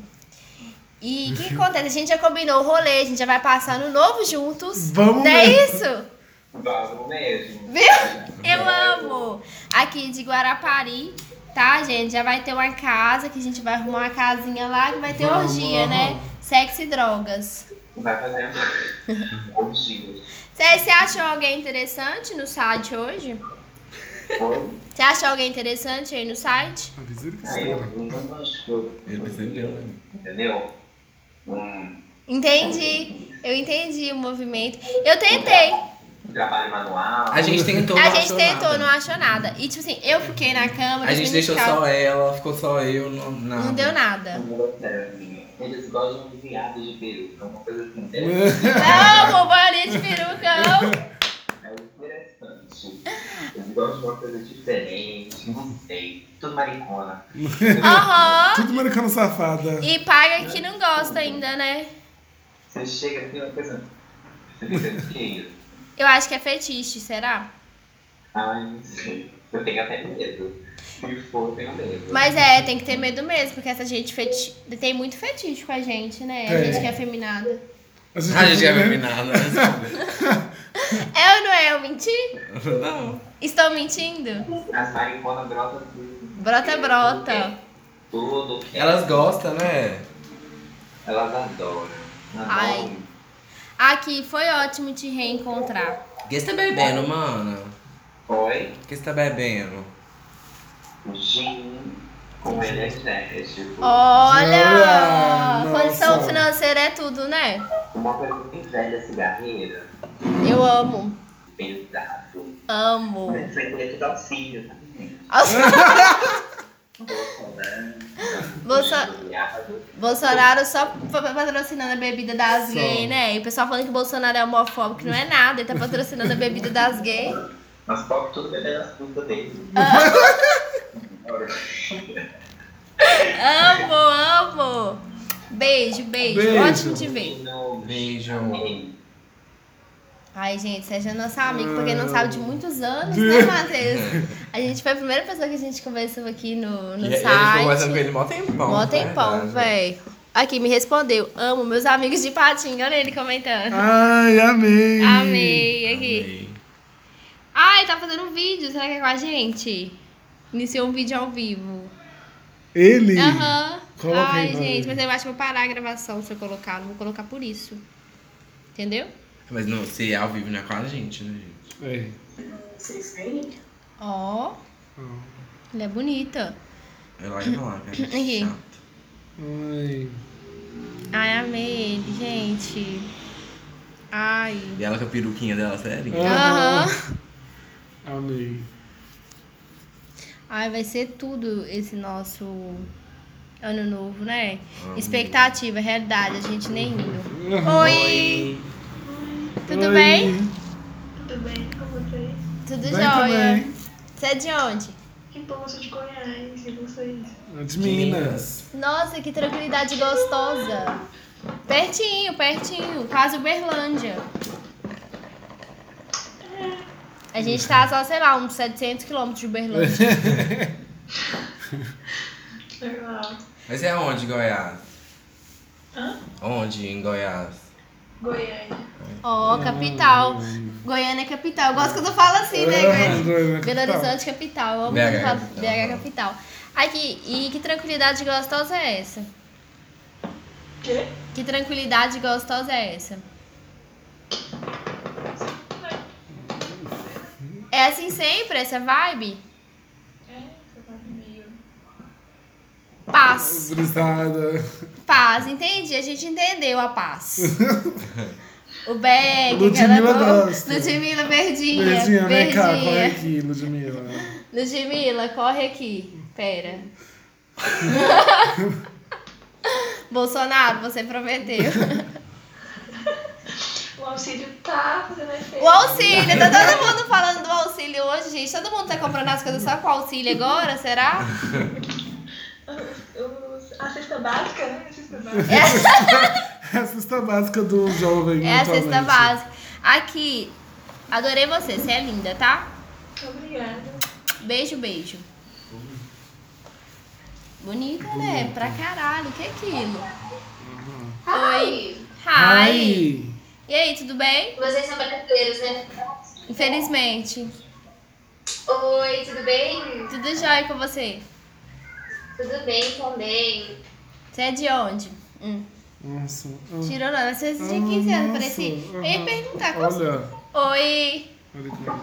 [SPEAKER 2] E o que que
[SPEAKER 5] Uhum.
[SPEAKER 2] acontece? A gente já combinou o rolê, a gente já vai passar no novo juntos.
[SPEAKER 5] Vamos
[SPEAKER 2] não é
[SPEAKER 5] mesmo.
[SPEAKER 2] isso?
[SPEAKER 6] Vamos mesmo.
[SPEAKER 2] Viu? Eu amo! Aqui de Guarapari, tá, gente? Já vai ter uma casa, que a gente vai arrumar uma casinha lá que vai ter
[SPEAKER 5] Vamos,
[SPEAKER 2] orgia, né? Sexo e drogas.
[SPEAKER 6] Vai fazer um dia.
[SPEAKER 2] Cê- Você achou alguém interessante no site hoje?
[SPEAKER 6] Foi?
[SPEAKER 2] Você achou alguém interessante aí no site?
[SPEAKER 6] Aí eu não acho que eu.
[SPEAKER 4] Ele percebeu, né?
[SPEAKER 6] Entendeu? Um
[SPEAKER 2] Entendi. Eu entendi o movimento. Eu tentei.
[SPEAKER 6] trabalho manual.
[SPEAKER 4] A gente tentou,
[SPEAKER 2] A
[SPEAKER 4] não
[SPEAKER 2] gente
[SPEAKER 4] achou
[SPEAKER 2] tentou,
[SPEAKER 4] nada.
[SPEAKER 2] não achou nada. E tipo assim, eu fiquei na cama.
[SPEAKER 4] A gente
[SPEAKER 2] depois
[SPEAKER 4] deixou
[SPEAKER 2] ficava-
[SPEAKER 4] só ela, ficou só eu, não, nada.
[SPEAKER 2] Não deu nada. É.
[SPEAKER 6] Eles gostam de viado de peruca, uma coisa assim. Interessante.
[SPEAKER 2] Não,
[SPEAKER 5] você.
[SPEAKER 2] bobaria de peruca, não.
[SPEAKER 6] É interessante. Eles gostam de uma coisa diferente, não sei. Tudo maricona.
[SPEAKER 2] Aham.
[SPEAKER 5] Tudo maricano safada.
[SPEAKER 2] E paga que não gosta ainda, né?
[SPEAKER 6] Você chega assim, uma coisa. Você fica o que é isso?
[SPEAKER 2] Eu acho que é fetiche, será?
[SPEAKER 6] Ai, não sei. Eu tenho até medo. Se for, eu tenho medo.
[SPEAKER 2] Mas é, tem que ter medo mesmo, porque essa gente feti... tem muito fetiche com a gente, né? A
[SPEAKER 5] Tem.
[SPEAKER 2] gente que é feminada.
[SPEAKER 5] Ah,
[SPEAKER 4] A gente ia terminar, né?
[SPEAKER 2] É ou não é? Eu menti? Não. Estou mentindo?
[SPEAKER 6] As mariconas brotam tudo.
[SPEAKER 2] Brota, brota.
[SPEAKER 6] Tudo que
[SPEAKER 4] Elas gostam, né?
[SPEAKER 6] elas adoram. Adoram.
[SPEAKER 2] Ai. Aqui, foi ótimo te reencontrar.
[SPEAKER 4] O que você tá bebendo, mano?
[SPEAKER 6] Oi?
[SPEAKER 4] O que você tá bebendo?
[SPEAKER 6] Gin com energético.
[SPEAKER 2] Olha!
[SPEAKER 5] Ah, nossa.
[SPEAKER 2] Condição financeira é tudo, né?
[SPEAKER 6] Uma coisa bem velha assim. cigarreira.
[SPEAKER 2] Eu amo.
[SPEAKER 6] Pesado.
[SPEAKER 2] Amo.
[SPEAKER 6] Mas Isso aqui é de calcinha, tá?
[SPEAKER 2] Nossa. Bolsonaro. Bolsonaro só pa- pa- patrocinando a bebida das
[SPEAKER 5] Só.
[SPEAKER 2] gays, né? E o pessoal falando que Bolsonaro é homofóbico, que não é nada, ele tá patrocinando a bebida das gays.
[SPEAKER 6] Mas pop tudo bebendo as frutas dele.
[SPEAKER 2] Ah. Amo, amo! Beijo, beijo,
[SPEAKER 5] Beijo.
[SPEAKER 2] ótimo te ver.
[SPEAKER 4] Beijo.
[SPEAKER 2] Ai, gente, é seja nossa amiga, pra quem não sabe, de muitos anos, né, Matheus? A gente foi a primeira pessoa que a gente conversou aqui no, no
[SPEAKER 4] E ele ficou conversando com
[SPEAKER 2] site.
[SPEAKER 4] ele mó tempão.
[SPEAKER 2] Mó
[SPEAKER 4] na
[SPEAKER 2] tempão,
[SPEAKER 4] verdade.
[SPEAKER 2] véi. Aqui, me respondeu. Amo meus amigos de patinho. Olha ele comentando.
[SPEAKER 5] Ai, amei.
[SPEAKER 2] Amei, aqui.
[SPEAKER 4] Amei.
[SPEAKER 2] Ai, tá fazendo um vídeo, será que é com a gente? Iniciou um vídeo ao vivo.
[SPEAKER 5] Ele?
[SPEAKER 2] Aham.
[SPEAKER 5] Coloca aí,
[SPEAKER 2] Ai,
[SPEAKER 5] vai.
[SPEAKER 2] gente, mas eu acho que eu vou parar a gravação se eu colocar. Não vou colocar por isso. Entendeu?
[SPEAKER 4] Mas não, se é ao vivo não é com a gente, né, gente?
[SPEAKER 5] É.
[SPEAKER 9] Vocês têm?
[SPEAKER 2] Ó, ela é bonita.
[SPEAKER 4] É lá e lá, cara.
[SPEAKER 2] Aqui.
[SPEAKER 4] Chato.
[SPEAKER 5] Ai.
[SPEAKER 2] Ai, amei ele, gente. Ai.
[SPEAKER 4] E ela com a peruquinha dela, sério?
[SPEAKER 5] É.
[SPEAKER 2] Aham.
[SPEAKER 5] Aham. Amei.
[SPEAKER 2] Ai, vai ser tudo esse nosso ano novo, né?
[SPEAKER 4] Amei.
[SPEAKER 2] Expectativa, realidade, a gente nem indo.
[SPEAKER 5] Aham.
[SPEAKER 2] Oi! Tudo
[SPEAKER 5] Oi.
[SPEAKER 2] bem?
[SPEAKER 7] Tudo bem com vocês?
[SPEAKER 2] Tudo
[SPEAKER 5] Bem
[SPEAKER 2] jóia.
[SPEAKER 5] também.
[SPEAKER 2] Você é de onde?
[SPEAKER 7] Que bom, eu sou de Goiás e vocês?
[SPEAKER 5] De Minas.
[SPEAKER 2] Nossa, que tranquilidade gostosa. Pertinho, pertinho. Quase Uberlândia. A gente tá só, sei lá, uns 700 quilômetros de Uberlândia.
[SPEAKER 7] Legal.
[SPEAKER 4] Mas é onde, Goiás?
[SPEAKER 7] Hã?
[SPEAKER 4] Onde, em Goiás?
[SPEAKER 7] Goiânia.
[SPEAKER 2] Ó, capital. Goiânia é capital. Eu gosto quando eu falo assim, né, Goiânia? Belo
[SPEAKER 5] né,
[SPEAKER 2] Horizonte capital. Eu amo
[SPEAKER 4] BH
[SPEAKER 2] quando falo
[SPEAKER 4] capital.
[SPEAKER 2] BH capital. Aqui, e que tranquilidade gostosa é essa?
[SPEAKER 7] Quê?
[SPEAKER 2] Que tranquilidade gostosa é essa? É assim sempre, essa vibe?
[SPEAKER 7] É, você tá meio.
[SPEAKER 2] Paz.
[SPEAKER 5] Brisada.
[SPEAKER 2] Paz, entendi. A gente entendeu a paz. O Beck,
[SPEAKER 5] Ludmilla
[SPEAKER 2] aquela-
[SPEAKER 5] gosta.
[SPEAKER 2] Ludmilla Verdinha.
[SPEAKER 5] Verdinha, vem cá, corre
[SPEAKER 2] verdinha.
[SPEAKER 5] aqui, Ludmilla.
[SPEAKER 2] Ludmilla, corre aqui. Pera. Bolsonaro, você prometeu.
[SPEAKER 7] O auxílio tá fazendo efeito.
[SPEAKER 2] O auxílio, tá todo mundo falando do auxílio hoje, gente. Todo mundo tá comprando as coisas só com auxílio agora, será?
[SPEAKER 7] Os- A cesta básica, né? A cesta básica.
[SPEAKER 5] É a cesta básica do jovem.
[SPEAKER 2] É a cesta
[SPEAKER 5] atualmente.
[SPEAKER 2] básica. Aqui, adorei você, você é linda, tá?
[SPEAKER 7] Obrigada.
[SPEAKER 2] Beijo, beijo. Bonita, né? Pra caralho, que é aquilo?
[SPEAKER 10] Uhum.
[SPEAKER 2] Oi. Hi.
[SPEAKER 5] Ai.
[SPEAKER 2] E aí, tudo bem?
[SPEAKER 10] Vocês são brasileiros, né?
[SPEAKER 2] Infelizmente.
[SPEAKER 10] Oi, tudo bem?
[SPEAKER 2] Tudo jóia com você?
[SPEAKER 10] Tudo bem também.
[SPEAKER 2] Você é de onde? Hum.
[SPEAKER 5] Nossa. Ah.
[SPEAKER 2] Tirou não, você tinha 15 anos, pareci. Eu ia perguntar qual...
[SPEAKER 5] Uhum. Olha.
[SPEAKER 2] Oi,
[SPEAKER 5] olha aqui.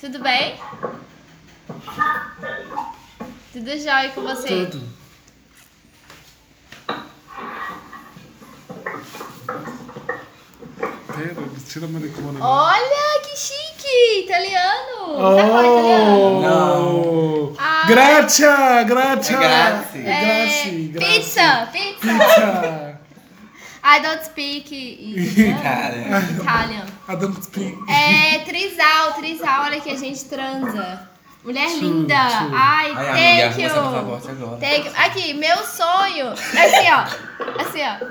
[SPEAKER 2] tudo bem? Tudo jóia com você?
[SPEAKER 5] Tudo. Pera, ele tira a maricona.
[SPEAKER 2] Olha, que chique! Italiano! Você é fala italiano?
[SPEAKER 5] Oh!
[SPEAKER 4] Não.
[SPEAKER 2] Ai.
[SPEAKER 5] Gratia, gratia.
[SPEAKER 4] É grazie.
[SPEAKER 2] Ah. É,
[SPEAKER 5] Grazie, grazie.
[SPEAKER 2] pizza, pizza!
[SPEAKER 5] Pizza.
[SPEAKER 2] I don't speak Italian.
[SPEAKER 4] Cara,
[SPEAKER 2] Italian.
[SPEAKER 5] Adam Spin.
[SPEAKER 2] É, trisal, trisal, olha que a gente transa. Mulher
[SPEAKER 5] Tchu,
[SPEAKER 2] linda!
[SPEAKER 5] tchu.
[SPEAKER 2] Ai,
[SPEAKER 4] ai, amiga,
[SPEAKER 2] thank
[SPEAKER 4] arruma essa
[SPEAKER 2] you!
[SPEAKER 4] passaporte agora.
[SPEAKER 2] Tem que- Aqui, meu sonho. Assim, ó. Assim, ó.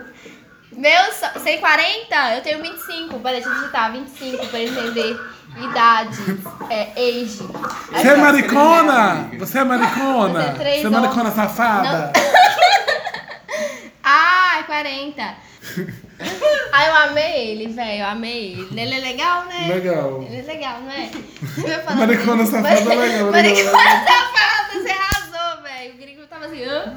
[SPEAKER 2] Meu sonho. Você tem 40? Eu tenho 25. Peraí, deixa eu digitar. 25 pra entender. Idade. É, age.
[SPEAKER 5] Você é maricona? Você é maricona?
[SPEAKER 2] Você é três
[SPEAKER 5] Você é maricona
[SPEAKER 2] homens.
[SPEAKER 5] safada?
[SPEAKER 2] Ah, 40. Ai, eu amei ele, velho. Eu amei ele. Ele é legal, né?
[SPEAKER 5] Legal.
[SPEAKER 2] Ele é legal, não é? Você vai falar-
[SPEAKER 5] Maricona safada é legal.
[SPEAKER 2] Maricona
[SPEAKER 5] legal.
[SPEAKER 2] safada, você arrasou, velho. O gringo tava assim, hã?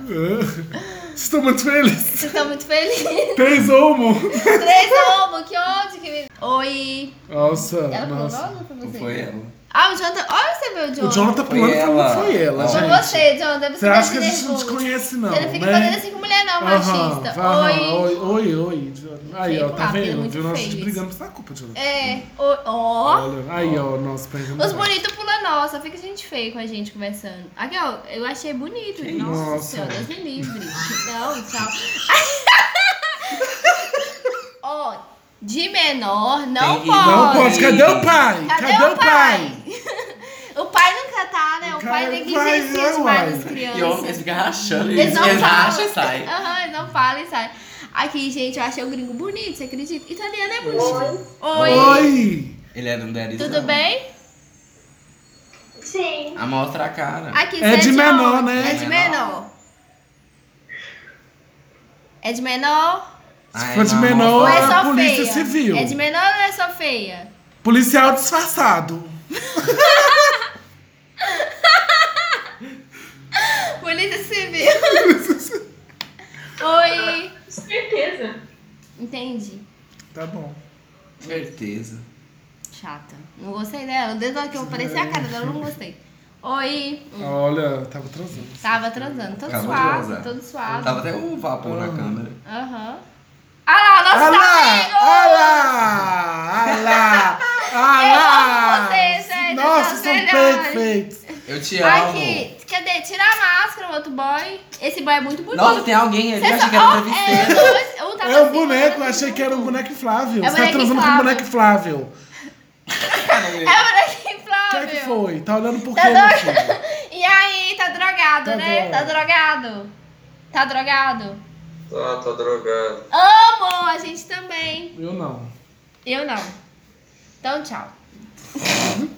[SPEAKER 5] Estou muito feliz.
[SPEAKER 2] Vocês estão muito felizes.
[SPEAKER 5] Três homo.
[SPEAKER 2] Três homo, que ódio que me... Oi.
[SPEAKER 5] Nossa,
[SPEAKER 2] Ela falou
[SPEAKER 5] nossa.
[SPEAKER 2] nossa pra
[SPEAKER 4] Não
[SPEAKER 2] você?
[SPEAKER 4] foi ela.
[SPEAKER 2] Ah, o Jonathan. Olha você meu Jonathan.
[SPEAKER 5] O Jonathan
[SPEAKER 4] Foi
[SPEAKER 5] pulando falando
[SPEAKER 4] ela.
[SPEAKER 5] que foi ela,
[SPEAKER 4] Ó.
[SPEAKER 2] Foi
[SPEAKER 5] gente.
[SPEAKER 2] você, Jonathan. Você,
[SPEAKER 5] Você acha que a gente não
[SPEAKER 2] nervoso.
[SPEAKER 5] te conhece, não,
[SPEAKER 2] Você não fica
[SPEAKER 5] né?
[SPEAKER 2] fazendo assim com mulher, não,
[SPEAKER 5] Aham,
[SPEAKER 2] machista.
[SPEAKER 5] aham,
[SPEAKER 2] Oi.
[SPEAKER 5] Oi, oi, oi. Aí,
[SPEAKER 2] Feio
[SPEAKER 5] ó, tá
[SPEAKER 2] papo, ele é
[SPEAKER 5] vendo?
[SPEAKER 2] muito
[SPEAKER 5] Viu nós
[SPEAKER 2] feio
[SPEAKER 5] te
[SPEAKER 2] isso.
[SPEAKER 5] brigando por essa culpa, Jonathan.
[SPEAKER 2] É. Oi. Ó.
[SPEAKER 5] Olha, aí, ó, nossa, perdemos.
[SPEAKER 2] Os bonitos pulam nossa, fica gente feia com a gente conversando. Aqui, ó, eu achei bonito. nossa
[SPEAKER 5] isso?
[SPEAKER 2] senhora, Deus me livre. Não, tchau. ó, de menor, não
[SPEAKER 4] Tem-
[SPEAKER 2] pode.
[SPEAKER 5] Não pode, cadê o pai?
[SPEAKER 2] Cadê, o pai? o pai nunca tá, né? O
[SPEAKER 5] Cara,
[SPEAKER 2] pai
[SPEAKER 5] o pai,
[SPEAKER 2] negligencia
[SPEAKER 5] né,
[SPEAKER 2] demais
[SPEAKER 5] uai?
[SPEAKER 2] as crianças.
[SPEAKER 4] E homem, eles ficam rachando.
[SPEAKER 2] Eles
[SPEAKER 4] Eles,
[SPEAKER 2] não
[SPEAKER 4] eles
[SPEAKER 2] falam.
[SPEAKER 4] racham e saem.
[SPEAKER 2] Aham, eles não falam e saem. Aqui, gente, eu achei o gringo bonito, você acredita? Italiano é bonito. Oi.
[SPEAKER 5] Oi!
[SPEAKER 4] Ele era um derizão.
[SPEAKER 2] Tudo bem?
[SPEAKER 10] Sim.
[SPEAKER 4] Amostra Ah, a cara.
[SPEAKER 2] Aqui,
[SPEAKER 5] É
[SPEAKER 2] você
[SPEAKER 5] de menor,
[SPEAKER 2] onde?
[SPEAKER 5] né?
[SPEAKER 2] É de menor. É de menor?
[SPEAKER 4] Ai,
[SPEAKER 5] Ficou de
[SPEAKER 4] não,
[SPEAKER 5] menor.
[SPEAKER 2] Ou é
[SPEAKER 4] amostra-
[SPEAKER 5] a
[SPEAKER 2] só
[SPEAKER 5] polícia
[SPEAKER 2] feia?
[SPEAKER 5] civil.
[SPEAKER 2] É de menor ou é só feia?
[SPEAKER 5] Policial disfarçado.
[SPEAKER 2] Polícia civil. Oi.
[SPEAKER 7] Certeza.
[SPEAKER 2] Entendi.
[SPEAKER 5] Tá bom.
[SPEAKER 4] Certeza.
[SPEAKER 2] Chata. Não gostei dela. Desde a hora que eu apareci a cara dela, eu não gostei. Oi.
[SPEAKER 5] Olha, tava transando.
[SPEAKER 2] Tava transando. Todo
[SPEAKER 4] Acabou de
[SPEAKER 2] suado,
[SPEAKER 4] transar.
[SPEAKER 2] todo suado.
[SPEAKER 4] Tava até um vapor na câmera.
[SPEAKER 2] Aham. Ah lá,
[SPEAKER 5] Ah
[SPEAKER 2] nossos amigos!
[SPEAKER 5] lá! Ah lá! Ah lá!
[SPEAKER 2] vocês, gente,
[SPEAKER 5] Nossa,
[SPEAKER 2] vocês
[SPEAKER 5] são
[SPEAKER 2] são melhores.
[SPEAKER 5] perfeitos.
[SPEAKER 4] Eu te amo.
[SPEAKER 2] Aqui, cadê? Tira a máscara, o outro boy. Esse boy é muito bonito.
[SPEAKER 4] Nossa, tem alguém ali.
[SPEAKER 2] Cê
[SPEAKER 4] Eu achei
[SPEAKER 2] só-
[SPEAKER 4] que era
[SPEAKER 2] ó,
[SPEAKER 4] um travesseiro.
[SPEAKER 2] é, dois- um tava
[SPEAKER 5] É o
[SPEAKER 2] assim,
[SPEAKER 5] boneco, eu
[SPEAKER 2] outro
[SPEAKER 5] achei que era um boneco inflável.
[SPEAKER 2] É
[SPEAKER 5] Você tá
[SPEAKER 2] boneco
[SPEAKER 5] transando com um
[SPEAKER 2] inflável.
[SPEAKER 5] boneco inflável.
[SPEAKER 2] É o boneco
[SPEAKER 5] O que é que
[SPEAKER 2] inflável.
[SPEAKER 5] foi? Tá olhando por
[SPEAKER 2] Tá
[SPEAKER 5] quê, meu
[SPEAKER 2] doido?
[SPEAKER 5] filho?
[SPEAKER 2] E aí, tá drogado,
[SPEAKER 5] Tá
[SPEAKER 2] né? Tá drogado. Tá drogado.
[SPEAKER 8] Tá, tá drogado.
[SPEAKER 2] Amo a gente também.
[SPEAKER 5] Eu não.
[SPEAKER 2] Eu não. Então, tchau.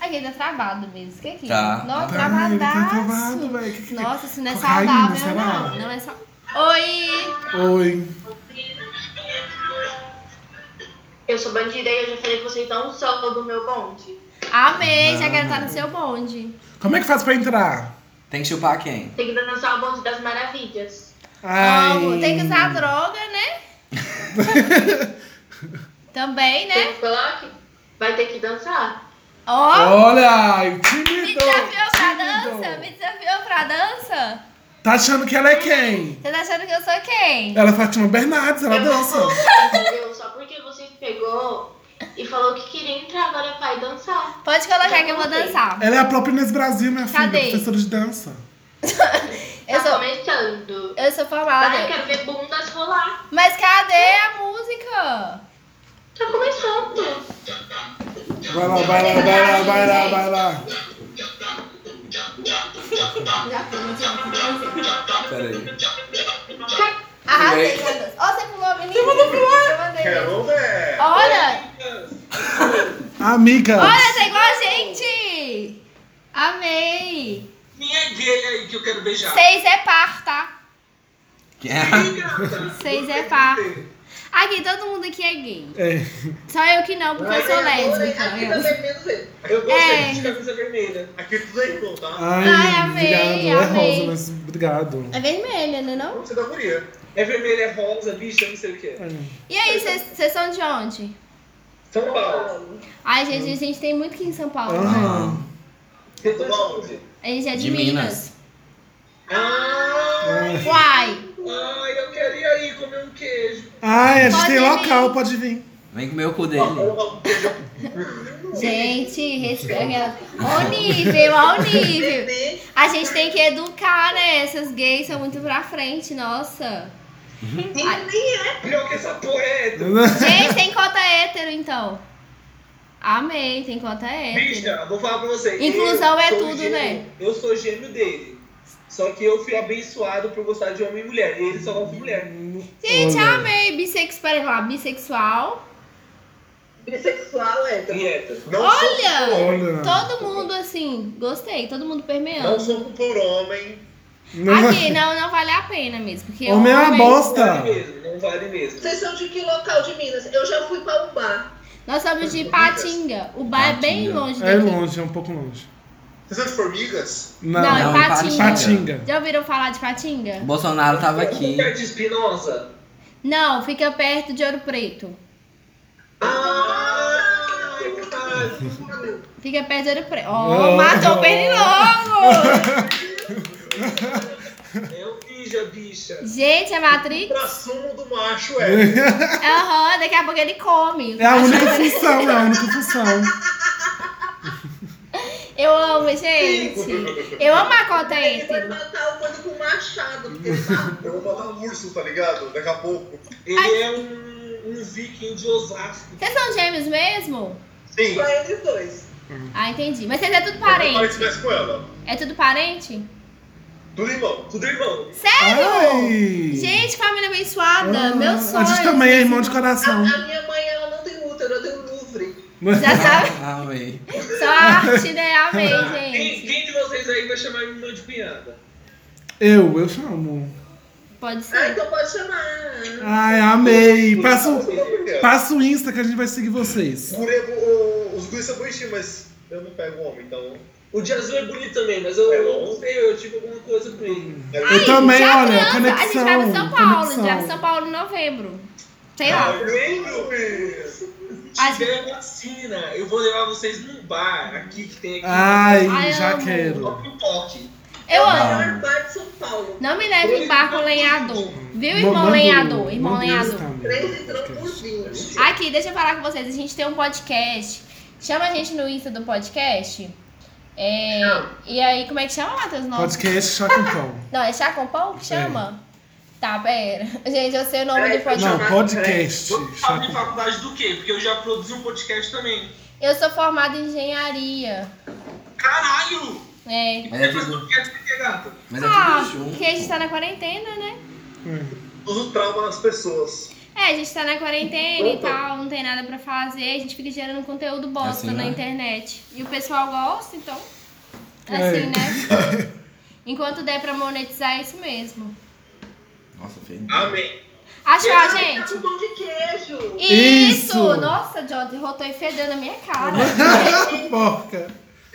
[SPEAKER 2] Aqui tá travado mesmo. O que é que
[SPEAKER 4] Tá.
[SPEAKER 2] Nossa,
[SPEAKER 5] Ai, ele tá
[SPEAKER 2] travadaço.
[SPEAKER 5] travado, velho. Que que-
[SPEAKER 2] Nossa, isso não é
[SPEAKER 5] Cocaína,
[SPEAKER 2] saudável,
[SPEAKER 5] será?
[SPEAKER 2] não. Não é só. Oi!
[SPEAKER 5] Oi.
[SPEAKER 10] Eu sou bandida e eu já falei que vocês não são do meu bonde.
[SPEAKER 2] Amei, já quero estar no seu bonde.
[SPEAKER 5] Como é que faz pra entrar?
[SPEAKER 4] Tem que chupar quem?
[SPEAKER 10] Tem que dançar o bonde das maravilhas.
[SPEAKER 5] Ai.
[SPEAKER 2] Amo. Tem que usar droga, né? Também, né?
[SPEAKER 10] Tem clock, vai ter que dançar.
[SPEAKER 2] Ó,
[SPEAKER 5] Olha, tímido.
[SPEAKER 2] me desafiou pra
[SPEAKER 5] tímido.
[SPEAKER 2] dança? Me desafiou pra dança?
[SPEAKER 5] Tá achando que ela é quem?
[SPEAKER 2] Você tá achando que eu sou quem?
[SPEAKER 5] Ela é Fátima Bernardes, ela
[SPEAKER 10] eu
[SPEAKER 5] dança.
[SPEAKER 10] vou colocar, entendeu? Só porque você pegou e falou que queria entrar, agora vai dançar. Tá
[SPEAKER 2] Pode colocar que eu vou dançar.
[SPEAKER 5] Ela é a própria Inês Brasil, minha filha,
[SPEAKER 2] Cadê?
[SPEAKER 5] professora de dança.
[SPEAKER 2] Eu
[SPEAKER 10] Tá
[SPEAKER 2] sou,
[SPEAKER 10] começando.
[SPEAKER 2] eu sou
[SPEAKER 10] Vai,
[SPEAKER 2] formada.
[SPEAKER 10] quero ver bundas rolar.
[SPEAKER 2] Mas cadê a música?
[SPEAKER 10] Tá começando.
[SPEAKER 5] Vai lá, vai lá, vai lá, vai lá, vai lá.
[SPEAKER 4] Peraí.
[SPEAKER 2] Arrasei na dança. Ó, você pulou, menina. Eu mandei pular.
[SPEAKER 8] ver!
[SPEAKER 2] Olha,
[SPEAKER 5] Amiga.
[SPEAKER 2] olha, tá igual a gente. Amei.
[SPEAKER 6] Minha gay aí que eu quero beijar.
[SPEAKER 2] Seis é par, tá?
[SPEAKER 4] Quem é?
[SPEAKER 2] Seis é par. Aqui, todo mundo aqui é gay.
[SPEAKER 5] É.
[SPEAKER 2] Só eu que não, porque eu sou lésbica. Eu-
[SPEAKER 6] Eu
[SPEAKER 2] É.
[SPEAKER 6] de camisa vermelha. Aqui tudo é igual, tá?
[SPEAKER 5] Ai,
[SPEAKER 2] Ai, amei,
[SPEAKER 5] obrigado. É
[SPEAKER 2] amei.
[SPEAKER 5] rosa, mas obrigado.
[SPEAKER 2] É vermelha, né não?
[SPEAKER 6] Você da guria. É vermelha, é rosa, bicha, não sei o que.
[SPEAKER 2] E aí, vocês vocês são de onde?
[SPEAKER 6] São Paulo.
[SPEAKER 2] Ai, gente, a gente tem muito aqui em São Paulo. né?
[SPEAKER 5] Aham.
[SPEAKER 6] São Paulo.
[SPEAKER 2] A gente é de,
[SPEAKER 4] De
[SPEAKER 2] Minas.
[SPEAKER 4] Minas.
[SPEAKER 6] Ah,
[SPEAKER 2] Uai!
[SPEAKER 6] ai, eu queria ir comer um queijo.
[SPEAKER 5] Ai, a gente
[SPEAKER 2] Pode
[SPEAKER 5] tem
[SPEAKER 2] vir.
[SPEAKER 5] local, pode vir.
[SPEAKER 4] Vem comer o cu dele.
[SPEAKER 2] Gente, respeita. Ao nível, ao nível. A gente tem que educar, né? Essas gays são muito pra frente, nossa.
[SPEAKER 6] Não, que essa porra é hétero.
[SPEAKER 2] Gente, tem cota hétero, então. Amei, tem cota hétero.
[SPEAKER 6] Bicha, vou falar pra você.
[SPEAKER 2] É. Inclusão
[SPEAKER 6] Eu
[SPEAKER 2] é
[SPEAKER 6] sou
[SPEAKER 2] tudo,
[SPEAKER 6] gêmeo-
[SPEAKER 2] né?
[SPEAKER 6] Eu sou gêmeo dele. Só que eu fui abençoado por gostar de homem e mulher. E ele só gosta de mulher.
[SPEAKER 2] Gente,
[SPEAKER 5] Olha.
[SPEAKER 2] amei. Bissexual, peraí, lá, bissexual.
[SPEAKER 9] Bissexual, é.
[SPEAKER 6] E hétero. Não
[SPEAKER 2] Olha!
[SPEAKER 5] Olha.
[SPEAKER 2] Todo mundo assim, gostei, todo mundo
[SPEAKER 6] Não
[SPEAKER 2] permeando.
[SPEAKER 6] sou por homem.
[SPEAKER 2] Aqui, né? não, não vale a pena mesmo. Porque
[SPEAKER 5] Homem é uma
[SPEAKER 6] Não
[SPEAKER 5] bosta.
[SPEAKER 6] vale mesmo, não vale mesmo.
[SPEAKER 9] Vocês são de que local de Minas? Eu já fui pra um bar.
[SPEAKER 2] Nós somos de Patinga. O bar é bem
[SPEAKER 4] Patinga.
[SPEAKER 2] longe
[SPEAKER 5] É
[SPEAKER 2] daqui.
[SPEAKER 5] longe, é um pouco longe.
[SPEAKER 6] Vocês são de formigas?
[SPEAKER 5] Não.
[SPEAKER 2] Não, é
[SPEAKER 4] Não,
[SPEAKER 2] Patinga.
[SPEAKER 5] Patinga.
[SPEAKER 2] Já ouviram falar de
[SPEAKER 4] O
[SPEAKER 2] Patinga?
[SPEAKER 4] Bolsonaro tava
[SPEAKER 11] Um
[SPEAKER 4] aqui.
[SPEAKER 6] Perto de Espinosa.
[SPEAKER 2] Não, fica perto de Ouro Preto.
[SPEAKER 6] Ah, verdade.
[SPEAKER 2] Fica perto de ouro preto. Ó, matou o pernilongo!
[SPEAKER 11] Eu bija, bicha.
[SPEAKER 2] Gente, a Matrix.
[SPEAKER 11] Pra sumo do macho, é.
[SPEAKER 2] Aham, daqui a pouco ele come.
[SPEAKER 5] É a única função, é a única função.
[SPEAKER 2] Eu amo, gente. Eu amo a conta
[SPEAKER 9] Vai matar o mano Tá com machado, porque ele tá
[SPEAKER 11] Eu vou matar um urso, tá ligado? Daqui a pouco. Ele é um, um viking de Osasco.
[SPEAKER 2] Vocês são gêmeos mesmo?
[SPEAKER 11] Sim.
[SPEAKER 9] só eles dois.
[SPEAKER 2] Ah, entendi. Mas vocês é tudo
[SPEAKER 11] Eu
[SPEAKER 2] parente?
[SPEAKER 11] parece mais com ela.
[SPEAKER 2] É tudo parente?
[SPEAKER 11] Tudo irmão, tudo irmão.
[SPEAKER 2] Sério?
[SPEAKER 5] Ai.
[SPEAKER 2] Gente, família abençoada.
[SPEAKER 5] Ah,
[SPEAKER 2] É, meu sonho.
[SPEAKER 5] A gente também é irmão de
[SPEAKER 9] A,
[SPEAKER 5] coração.
[SPEAKER 9] a minha mãe, ela não tem útero, ela tem um louvre.
[SPEAKER 2] Já sabe?
[SPEAKER 4] Amei.
[SPEAKER 2] Só arte, né? Amei,
[SPEAKER 11] Quem,
[SPEAKER 2] gente.
[SPEAKER 11] quem de vocês aí vai chamar minha irmã de cunhada?
[SPEAKER 5] Eu, eu chamo.
[SPEAKER 2] Pode
[SPEAKER 9] Ah,
[SPEAKER 2] ser.
[SPEAKER 9] então pode chamar.
[SPEAKER 5] Ai, amei. Passa o,
[SPEAKER 11] Porque
[SPEAKER 5] passa o Insta que a gente vai seguir vocês.
[SPEAKER 11] os guris são bonitinhos, mas eu não pego homem, então.
[SPEAKER 6] O de azul é bonito também, mas eu,
[SPEAKER 11] É
[SPEAKER 6] eu
[SPEAKER 11] bom.
[SPEAKER 6] não sei, eu tive alguma coisa com ele.
[SPEAKER 5] Eu também,
[SPEAKER 2] Já
[SPEAKER 5] olha,
[SPEAKER 2] transa.
[SPEAKER 5] conexão.
[SPEAKER 2] A gente vai pra São Paulo. A gente
[SPEAKER 5] conexão.
[SPEAKER 2] vai pra São Paulo em novembro. Sei lá.
[SPEAKER 11] Eu lembro, mesmo.
[SPEAKER 2] A
[SPEAKER 6] Tiver vacina, eu vou levar vocês num bar aqui que tem aqui.
[SPEAKER 5] Ai,
[SPEAKER 2] Ai,
[SPEAKER 5] já
[SPEAKER 2] amo.
[SPEAKER 5] quero.
[SPEAKER 6] Ó, pipoque.
[SPEAKER 9] É
[SPEAKER 2] Eu
[SPEAKER 9] o
[SPEAKER 5] Ah.
[SPEAKER 2] amo.
[SPEAKER 9] melhor bar de São Paulo.
[SPEAKER 2] Não me leve em barco lenhador. Viu, irmão
[SPEAKER 5] Manda-
[SPEAKER 2] lenhador? Irmão
[SPEAKER 5] manda o
[SPEAKER 2] lenhador.
[SPEAKER 5] Insta, amiga.
[SPEAKER 9] Três entrou por 20.
[SPEAKER 2] Aqui, deixa eu falar com vocês. A gente tem um podcast. Chama a gente no Insta do podcast. É, e aí, como é que chama, Matheus? o nome?
[SPEAKER 5] Podcast Chá com Pão.
[SPEAKER 2] Não, é Chá com Pão que chama? Tá, pera. Gente, eu sei o nome
[SPEAKER 11] É,
[SPEAKER 9] Peraí, pode
[SPEAKER 2] do podcast.
[SPEAKER 5] Não,
[SPEAKER 9] chamar-
[SPEAKER 5] podcast.
[SPEAKER 6] Vamos
[SPEAKER 5] Chá
[SPEAKER 6] abrir
[SPEAKER 5] com Pão.
[SPEAKER 6] faculdade do quê? Porque eu já produzi um podcast também.
[SPEAKER 2] Eu sou formada em engenharia.
[SPEAKER 6] Caralho!
[SPEAKER 2] É.
[SPEAKER 4] Mas é
[SPEAKER 6] Mas
[SPEAKER 4] tudo,
[SPEAKER 6] não quer ser gato.
[SPEAKER 4] mas é
[SPEAKER 2] Ah,
[SPEAKER 4] tudo junto.
[SPEAKER 2] porque a gente tá na quarentena, né?
[SPEAKER 11] Uso trauma nas pessoas.
[SPEAKER 2] É, a gente tá na quarentena e
[SPEAKER 11] Opa.
[SPEAKER 2] tal, não tem nada pra fazer, a gente fica gerando conteúdo bosta
[SPEAKER 4] Assim,
[SPEAKER 2] na
[SPEAKER 4] né?
[SPEAKER 2] internet. E o pessoal gosta, então.
[SPEAKER 5] É.
[SPEAKER 2] Assim, né? Enquanto der pra monetizar, é isso mesmo.
[SPEAKER 4] Nossa, feio.
[SPEAKER 11] Amém.
[SPEAKER 2] Achou,
[SPEAKER 9] Ai, Tá
[SPEAKER 2] gente?
[SPEAKER 9] com pão de queijo.
[SPEAKER 2] Isso!
[SPEAKER 5] Isso!
[SPEAKER 2] Nossa, John, derrotou e fedendo a minha cara.
[SPEAKER 5] Porca.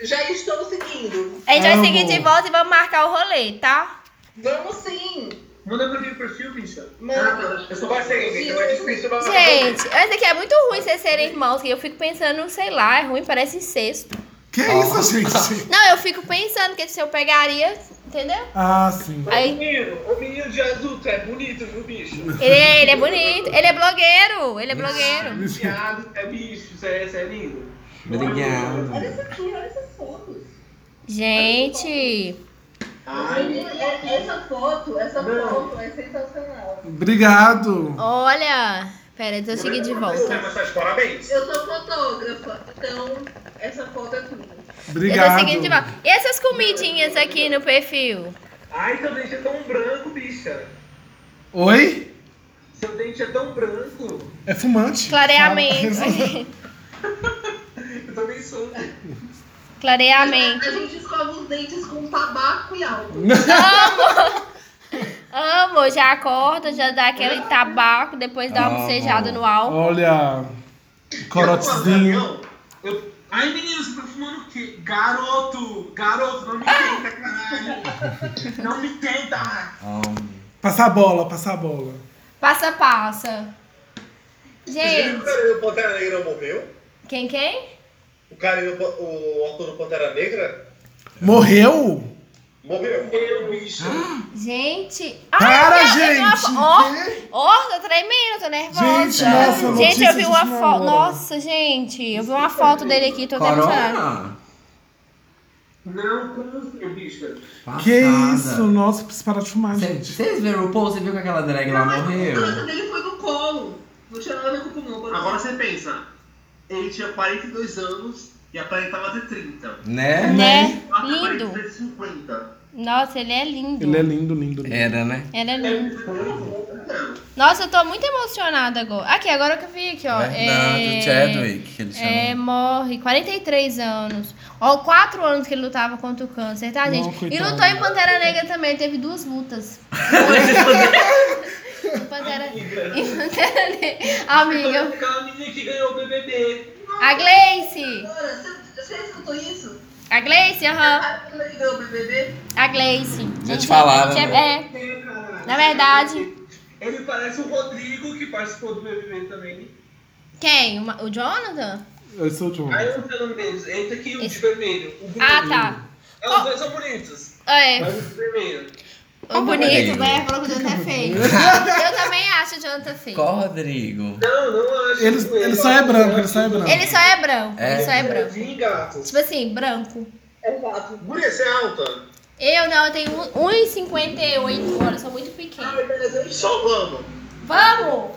[SPEAKER 9] Já estou seguindo.
[SPEAKER 2] A gente vai
[SPEAKER 5] Amo.
[SPEAKER 2] seguir de volta e vamos marcar o rolê, tá?
[SPEAKER 9] Vamos sim.
[SPEAKER 11] Manda pra mim o perfil, bicha.
[SPEAKER 9] Manda.
[SPEAKER 11] Eu sou parceiro, então é difícil. mas-
[SPEAKER 2] Gente, mas aqui é muito ruim vocês serem irmãos, que eu fico pensando, sei lá, é ruim, parece incesto.
[SPEAKER 5] Que isso, gente?
[SPEAKER 2] Não, eu fico pensando que se eu pegaria, entendeu?
[SPEAKER 5] Ah, sim.
[SPEAKER 2] Aí-
[SPEAKER 11] Ô, menino, o menino de azul, tu é bonito, viu, bicho?
[SPEAKER 2] Ele é, ele é bonito, ele é blogueiro, ele é blogueiro.
[SPEAKER 11] Viado, tu é bicho, você é, você é lindo.
[SPEAKER 9] Olha
[SPEAKER 4] Obrigado.
[SPEAKER 9] isso aqui, olha essas fotos.
[SPEAKER 2] Gente,
[SPEAKER 9] Menina, e- Essa foto, essa foto é sensacional.
[SPEAKER 5] Obrigado.
[SPEAKER 2] olha. Pera, deixa eu seguir de
[SPEAKER 11] Mas
[SPEAKER 2] volta.
[SPEAKER 11] tá de parabéns.
[SPEAKER 9] Eu sou fotógrafa, então essa foto é tudo.
[SPEAKER 2] Eu tô
[SPEAKER 5] Obrigado.
[SPEAKER 2] seguindo de volta. E essas comidinhas aqui no perfil?
[SPEAKER 11] Ai, seu dente é tão branco, bicha.
[SPEAKER 5] Oi?
[SPEAKER 11] Seu dente é tão branco.
[SPEAKER 5] É fumante?
[SPEAKER 2] Clareamento.
[SPEAKER 11] Eu também sou.
[SPEAKER 2] Clareamento.
[SPEAKER 9] A gente escova os dentes com tabaco e álcool.
[SPEAKER 2] Amo, já acorda, já dá aquele tabaco, depois dá uma
[SPEAKER 4] Amo.
[SPEAKER 2] bucejada no álcool.
[SPEAKER 5] Olha. Corotezinho.
[SPEAKER 11] Eu tô com uma razão. Eu- Ai, menino, você tá fumando o quê? Garoto! Garoto, não me tenta, caralho! Não me tenta!
[SPEAKER 4] Amo.
[SPEAKER 5] Passar a bola, passar a bola.
[SPEAKER 2] Passa, passa.
[SPEAKER 11] O
[SPEAKER 2] Gente,
[SPEAKER 11] cara do Pantera Negra morreu?
[SPEAKER 2] quem, quem?
[SPEAKER 11] O cara, o ator do Pantera Negra?
[SPEAKER 5] Morreu?
[SPEAKER 11] Morreu. Eu, bicho.
[SPEAKER 2] Gente.
[SPEAKER 5] Para,
[SPEAKER 2] eu- eu vi uma
[SPEAKER 5] gente!
[SPEAKER 2] fo- Ó, ó, tô tremendo, tô nervosa.
[SPEAKER 5] Gente, nossa,
[SPEAKER 2] Gente,
[SPEAKER 5] notícias
[SPEAKER 2] eu vi uma
[SPEAKER 5] de
[SPEAKER 2] foto.
[SPEAKER 5] namoro.
[SPEAKER 2] Nossa, gente, eu vi uma foto dele aqui, tô até emocionada.
[SPEAKER 4] Corona.
[SPEAKER 11] Não, como assim, bicho?
[SPEAKER 5] Que
[SPEAKER 4] Passada.
[SPEAKER 5] isso? Nossa, preciso parar de fumar,
[SPEAKER 4] Cê-
[SPEAKER 5] gente.
[SPEAKER 4] Vocês viram o Paul? Você viu que aquela drag lá
[SPEAKER 9] A casa
[SPEAKER 4] morreu?
[SPEAKER 9] dele foi no colo. Não tinha nada a ver com o pulmão. agora-
[SPEAKER 11] Agora você pensa. Ele tinha 42 anos e aparentava ter 30.
[SPEAKER 5] É,
[SPEAKER 4] Né?
[SPEAKER 2] Né?
[SPEAKER 11] Ela
[SPEAKER 2] Lindo.
[SPEAKER 11] aparenta ter 50.
[SPEAKER 2] Nossa, ele é lindo.
[SPEAKER 5] Ele é lindo, lindo, lindo.
[SPEAKER 4] Era, né?
[SPEAKER 2] Ele é lindo. Nossa, eu tô muito emocionada agora. Aqui, agora que eu vi aqui, ó.
[SPEAKER 4] Verdade,
[SPEAKER 2] é...
[SPEAKER 4] o Chadwick, né? que ele chama.
[SPEAKER 2] É, morre. 43 anos. Ó, 4 anos que ele lutava contra o câncer, tá,
[SPEAKER 5] Não,
[SPEAKER 2] gente? e
[SPEAKER 5] coitado.
[SPEAKER 2] lutou em Pantera Negra também. Ele teve duas lutas. Em Pantera... em Pantera Negra. Amiga.
[SPEAKER 6] Aquela menina que ganhou o BBB.
[SPEAKER 2] A Gleice.
[SPEAKER 9] Agora, você- você escutou isso?
[SPEAKER 2] A Gleice, aham.
[SPEAKER 9] Ah, ele ligou o BBB?
[SPEAKER 2] A Gleice.
[SPEAKER 4] Já te falava,
[SPEAKER 2] gente,
[SPEAKER 4] né?
[SPEAKER 2] é, Na verdade...
[SPEAKER 6] Ele parece o Rodrigo que participou do BBB também.
[SPEAKER 2] Quem? O Ma- O Jonathan?
[SPEAKER 5] Esse é o último.
[SPEAKER 11] Aí eu não sei o nome deles. Entra aqui o de vermelho. O
[SPEAKER 2] Ah,
[SPEAKER 11] bonito.
[SPEAKER 2] tá.
[SPEAKER 11] Ah, os dois são bonitos.
[SPEAKER 2] É.
[SPEAKER 11] Mas o de vermelho.
[SPEAKER 2] O bonito,
[SPEAKER 4] Rodrigo.
[SPEAKER 2] né? Falou que o Jonathan é feio. Eu também acho o Jonathan feio.
[SPEAKER 4] Qual, Rodrigo?
[SPEAKER 11] Não, não acho.
[SPEAKER 5] Ele, ele só é branco, ele só é branco.
[SPEAKER 2] Ele só é branco.
[SPEAKER 4] É.
[SPEAKER 2] Ele só é branco.
[SPEAKER 11] Vim, gato.
[SPEAKER 2] Tipo assim, branco.
[SPEAKER 9] Exato.
[SPEAKER 11] Guria, você é alta?
[SPEAKER 2] Eu não, eu tenho um- 1,58 agora, eu sou muito pequena.
[SPEAKER 11] Ai, beleza. Só vamos.
[SPEAKER 2] Vamos!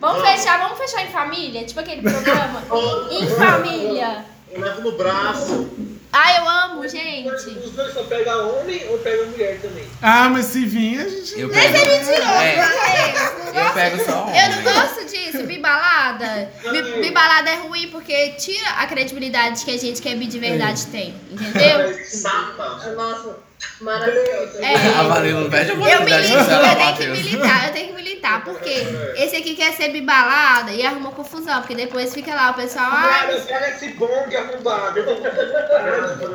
[SPEAKER 2] Vamos fechar, vamos fechar em família? Tipo aquele programa? em família.
[SPEAKER 11] Eu levo no braço.
[SPEAKER 2] Ai, eu amo, gente.
[SPEAKER 11] Os dois só pegam homem ou pegam mulher também?
[SPEAKER 5] Ah, mas se vir, a gente.
[SPEAKER 4] Eu pego, é,
[SPEAKER 2] É,
[SPEAKER 4] eu pego só homem.
[SPEAKER 2] Eu não gosto disso, bibalada. Bi- Bibalada é ruim porque tira a credibilidade que a gente que é bi de verdade tem, entendeu?
[SPEAKER 11] É Sapa.
[SPEAKER 9] Nossa, maravilhoso.
[SPEAKER 4] A
[SPEAKER 2] É.
[SPEAKER 4] Valeu não perde a
[SPEAKER 2] Eu
[SPEAKER 4] oportunidade
[SPEAKER 2] milito,
[SPEAKER 4] de falar,
[SPEAKER 2] eu tenho que
[SPEAKER 4] Matheus.
[SPEAKER 2] militar, eu tenho que militar, porque esse aqui quer ser bibalada e arruma confusão, porque depois fica lá o pessoal, ai,
[SPEAKER 11] Cara, pega esse bong arrombado.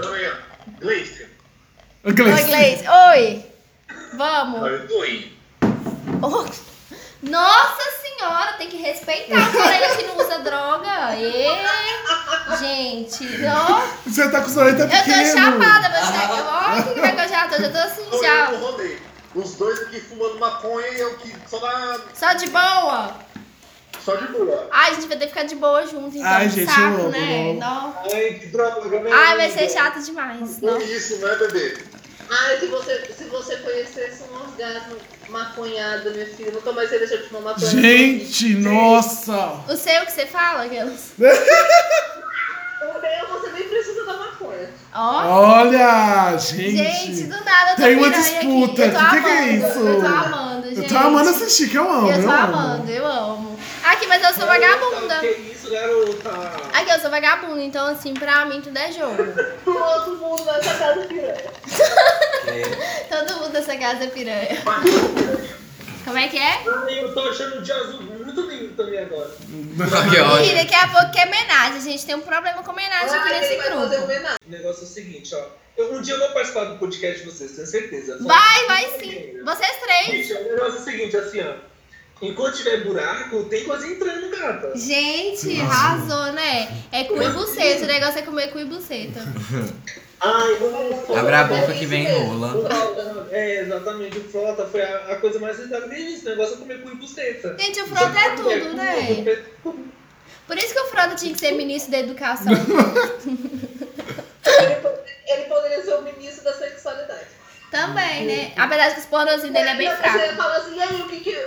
[SPEAKER 11] Gleice.
[SPEAKER 5] O
[SPEAKER 2] Oi,
[SPEAKER 5] Gleice.
[SPEAKER 2] Gleice. Oi. Vamos.
[SPEAKER 11] Oi.
[SPEAKER 2] Oh, Nossa senhora, tem que respeitar o colega que não usa droga. Ê, gente, ó.
[SPEAKER 5] Você tá com os orelhos até
[SPEAKER 2] Eu tô
[SPEAKER 5] pequeno.
[SPEAKER 2] chapada, meu chefe. Ó, o que que eu já tô? Já tô assim, já.
[SPEAKER 11] rolê. Os dois aqui fumando maconha e eu que só na.
[SPEAKER 2] Só de boa.
[SPEAKER 11] só de boa.
[SPEAKER 2] Ai, a gente vai ter que ficar de boa junto, então.
[SPEAKER 5] Ai, gente,
[SPEAKER 2] Saco,
[SPEAKER 5] eu amo,
[SPEAKER 2] né?
[SPEAKER 5] eu amo.
[SPEAKER 2] Não.
[SPEAKER 11] Ai, que droga, né? meu
[SPEAKER 2] Ai, vai ser chato demais. Não.
[SPEAKER 11] isso, né, bebê?
[SPEAKER 9] Ai, se você, se você conhecesse um orgasmo maconhado, minha filha, nunca mais você deixa de fumar maconha.
[SPEAKER 5] Gente, nossa.
[SPEAKER 2] O seu que você fala, Guilherme?
[SPEAKER 9] O meu, você nem precisa da maconha.
[SPEAKER 2] Ó.
[SPEAKER 5] Olha, gente.
[SPEAKER 2] Gente, do nada eu tô
[SPEAKER 5] Tem uma
[SPEAKER 2] piranha aqui.
[SPEAKER 5] disputa.
[SPEAKER 2] Eu tô
[SPEAKER 5] Que que é
[SPEAKER 2] amando,
[SPEAKER 5] isso?
[SPEAKER 2] Eu tô amando, gente.
[SPEAKER 5] eu tô amando assistir, que eu amo.
[SPEAKER 2] Eu tô
[SPEAKER 5] amo.
[SPEAKER 2] amando, eu amo. Aqui, mas eu sou vagabunda.
[SPEAKER 11] Que isso, garota?
[SPEAKER 2] Aqui, eu sou vagabunda, então assim, pra mim tudo é jogo.
[SPEAKER 9] Todo mundo nessa casa piranha.
[SPEAKER 2] Todo mundo dessa casa é piranha. Como é que é?
[SPEAKER 11] Ai, eu tô achando o de azul muito lindo também agora.
[SPEAKER 4] Que
[SPEAKER 2] Ih,
[SPEAKER 4] ótimo.
[SPEAKER 2] daqui a pouco que é homenagem. A gente tem um problema com homenagem aqui
[SPEAKER 9] Ai,
[SPEAKER 2] nesse
[SPEAKER 9] ele vai fazer
[SPEAKER 2] grupo.
[SPEAKER 9] homenagem.
[SPEAKER 11] O negócio é o seguinte, ó. Eu, um dia eu vou participar do podcast de vocês, tenho certeza. Só-
[SPEAKER 2] Vai, vai sim. Vocês três.
[SPEAKER 11] Gente, o negócio é o seguinte, assim, ó. Enquanto tiver buraco, tem coisa entrando, gata.
[SPEAKER 2] Gente, arrasou, né? É cu e buceta. O negócio é comer cu e buceta.
[SPEAKER 11] Ai, vamos
[SPEAKER 4] Abre a boca que vem rola.
[SPEAKER 11] É, exatamente. O Frota foi a, a coisa mais sentada que eu vi. Esse negócio é comer cu e buceta.
[SPEAKER 2] Gente, o Frota é tudo, né? Por isso que o Frota tinha que ser ministro da educação.
[SPEAKER 9] Ele po- Ele poderia ser o ministro da sexualidade.
[SPEAKER 2] Também, né? Apesar de que os pornozinhos dele é bem
[SPEAKER 9] Mas
[SPEAKER 2] fraco.
[SPEAKER 9] Você fala assim, e aí, o que que...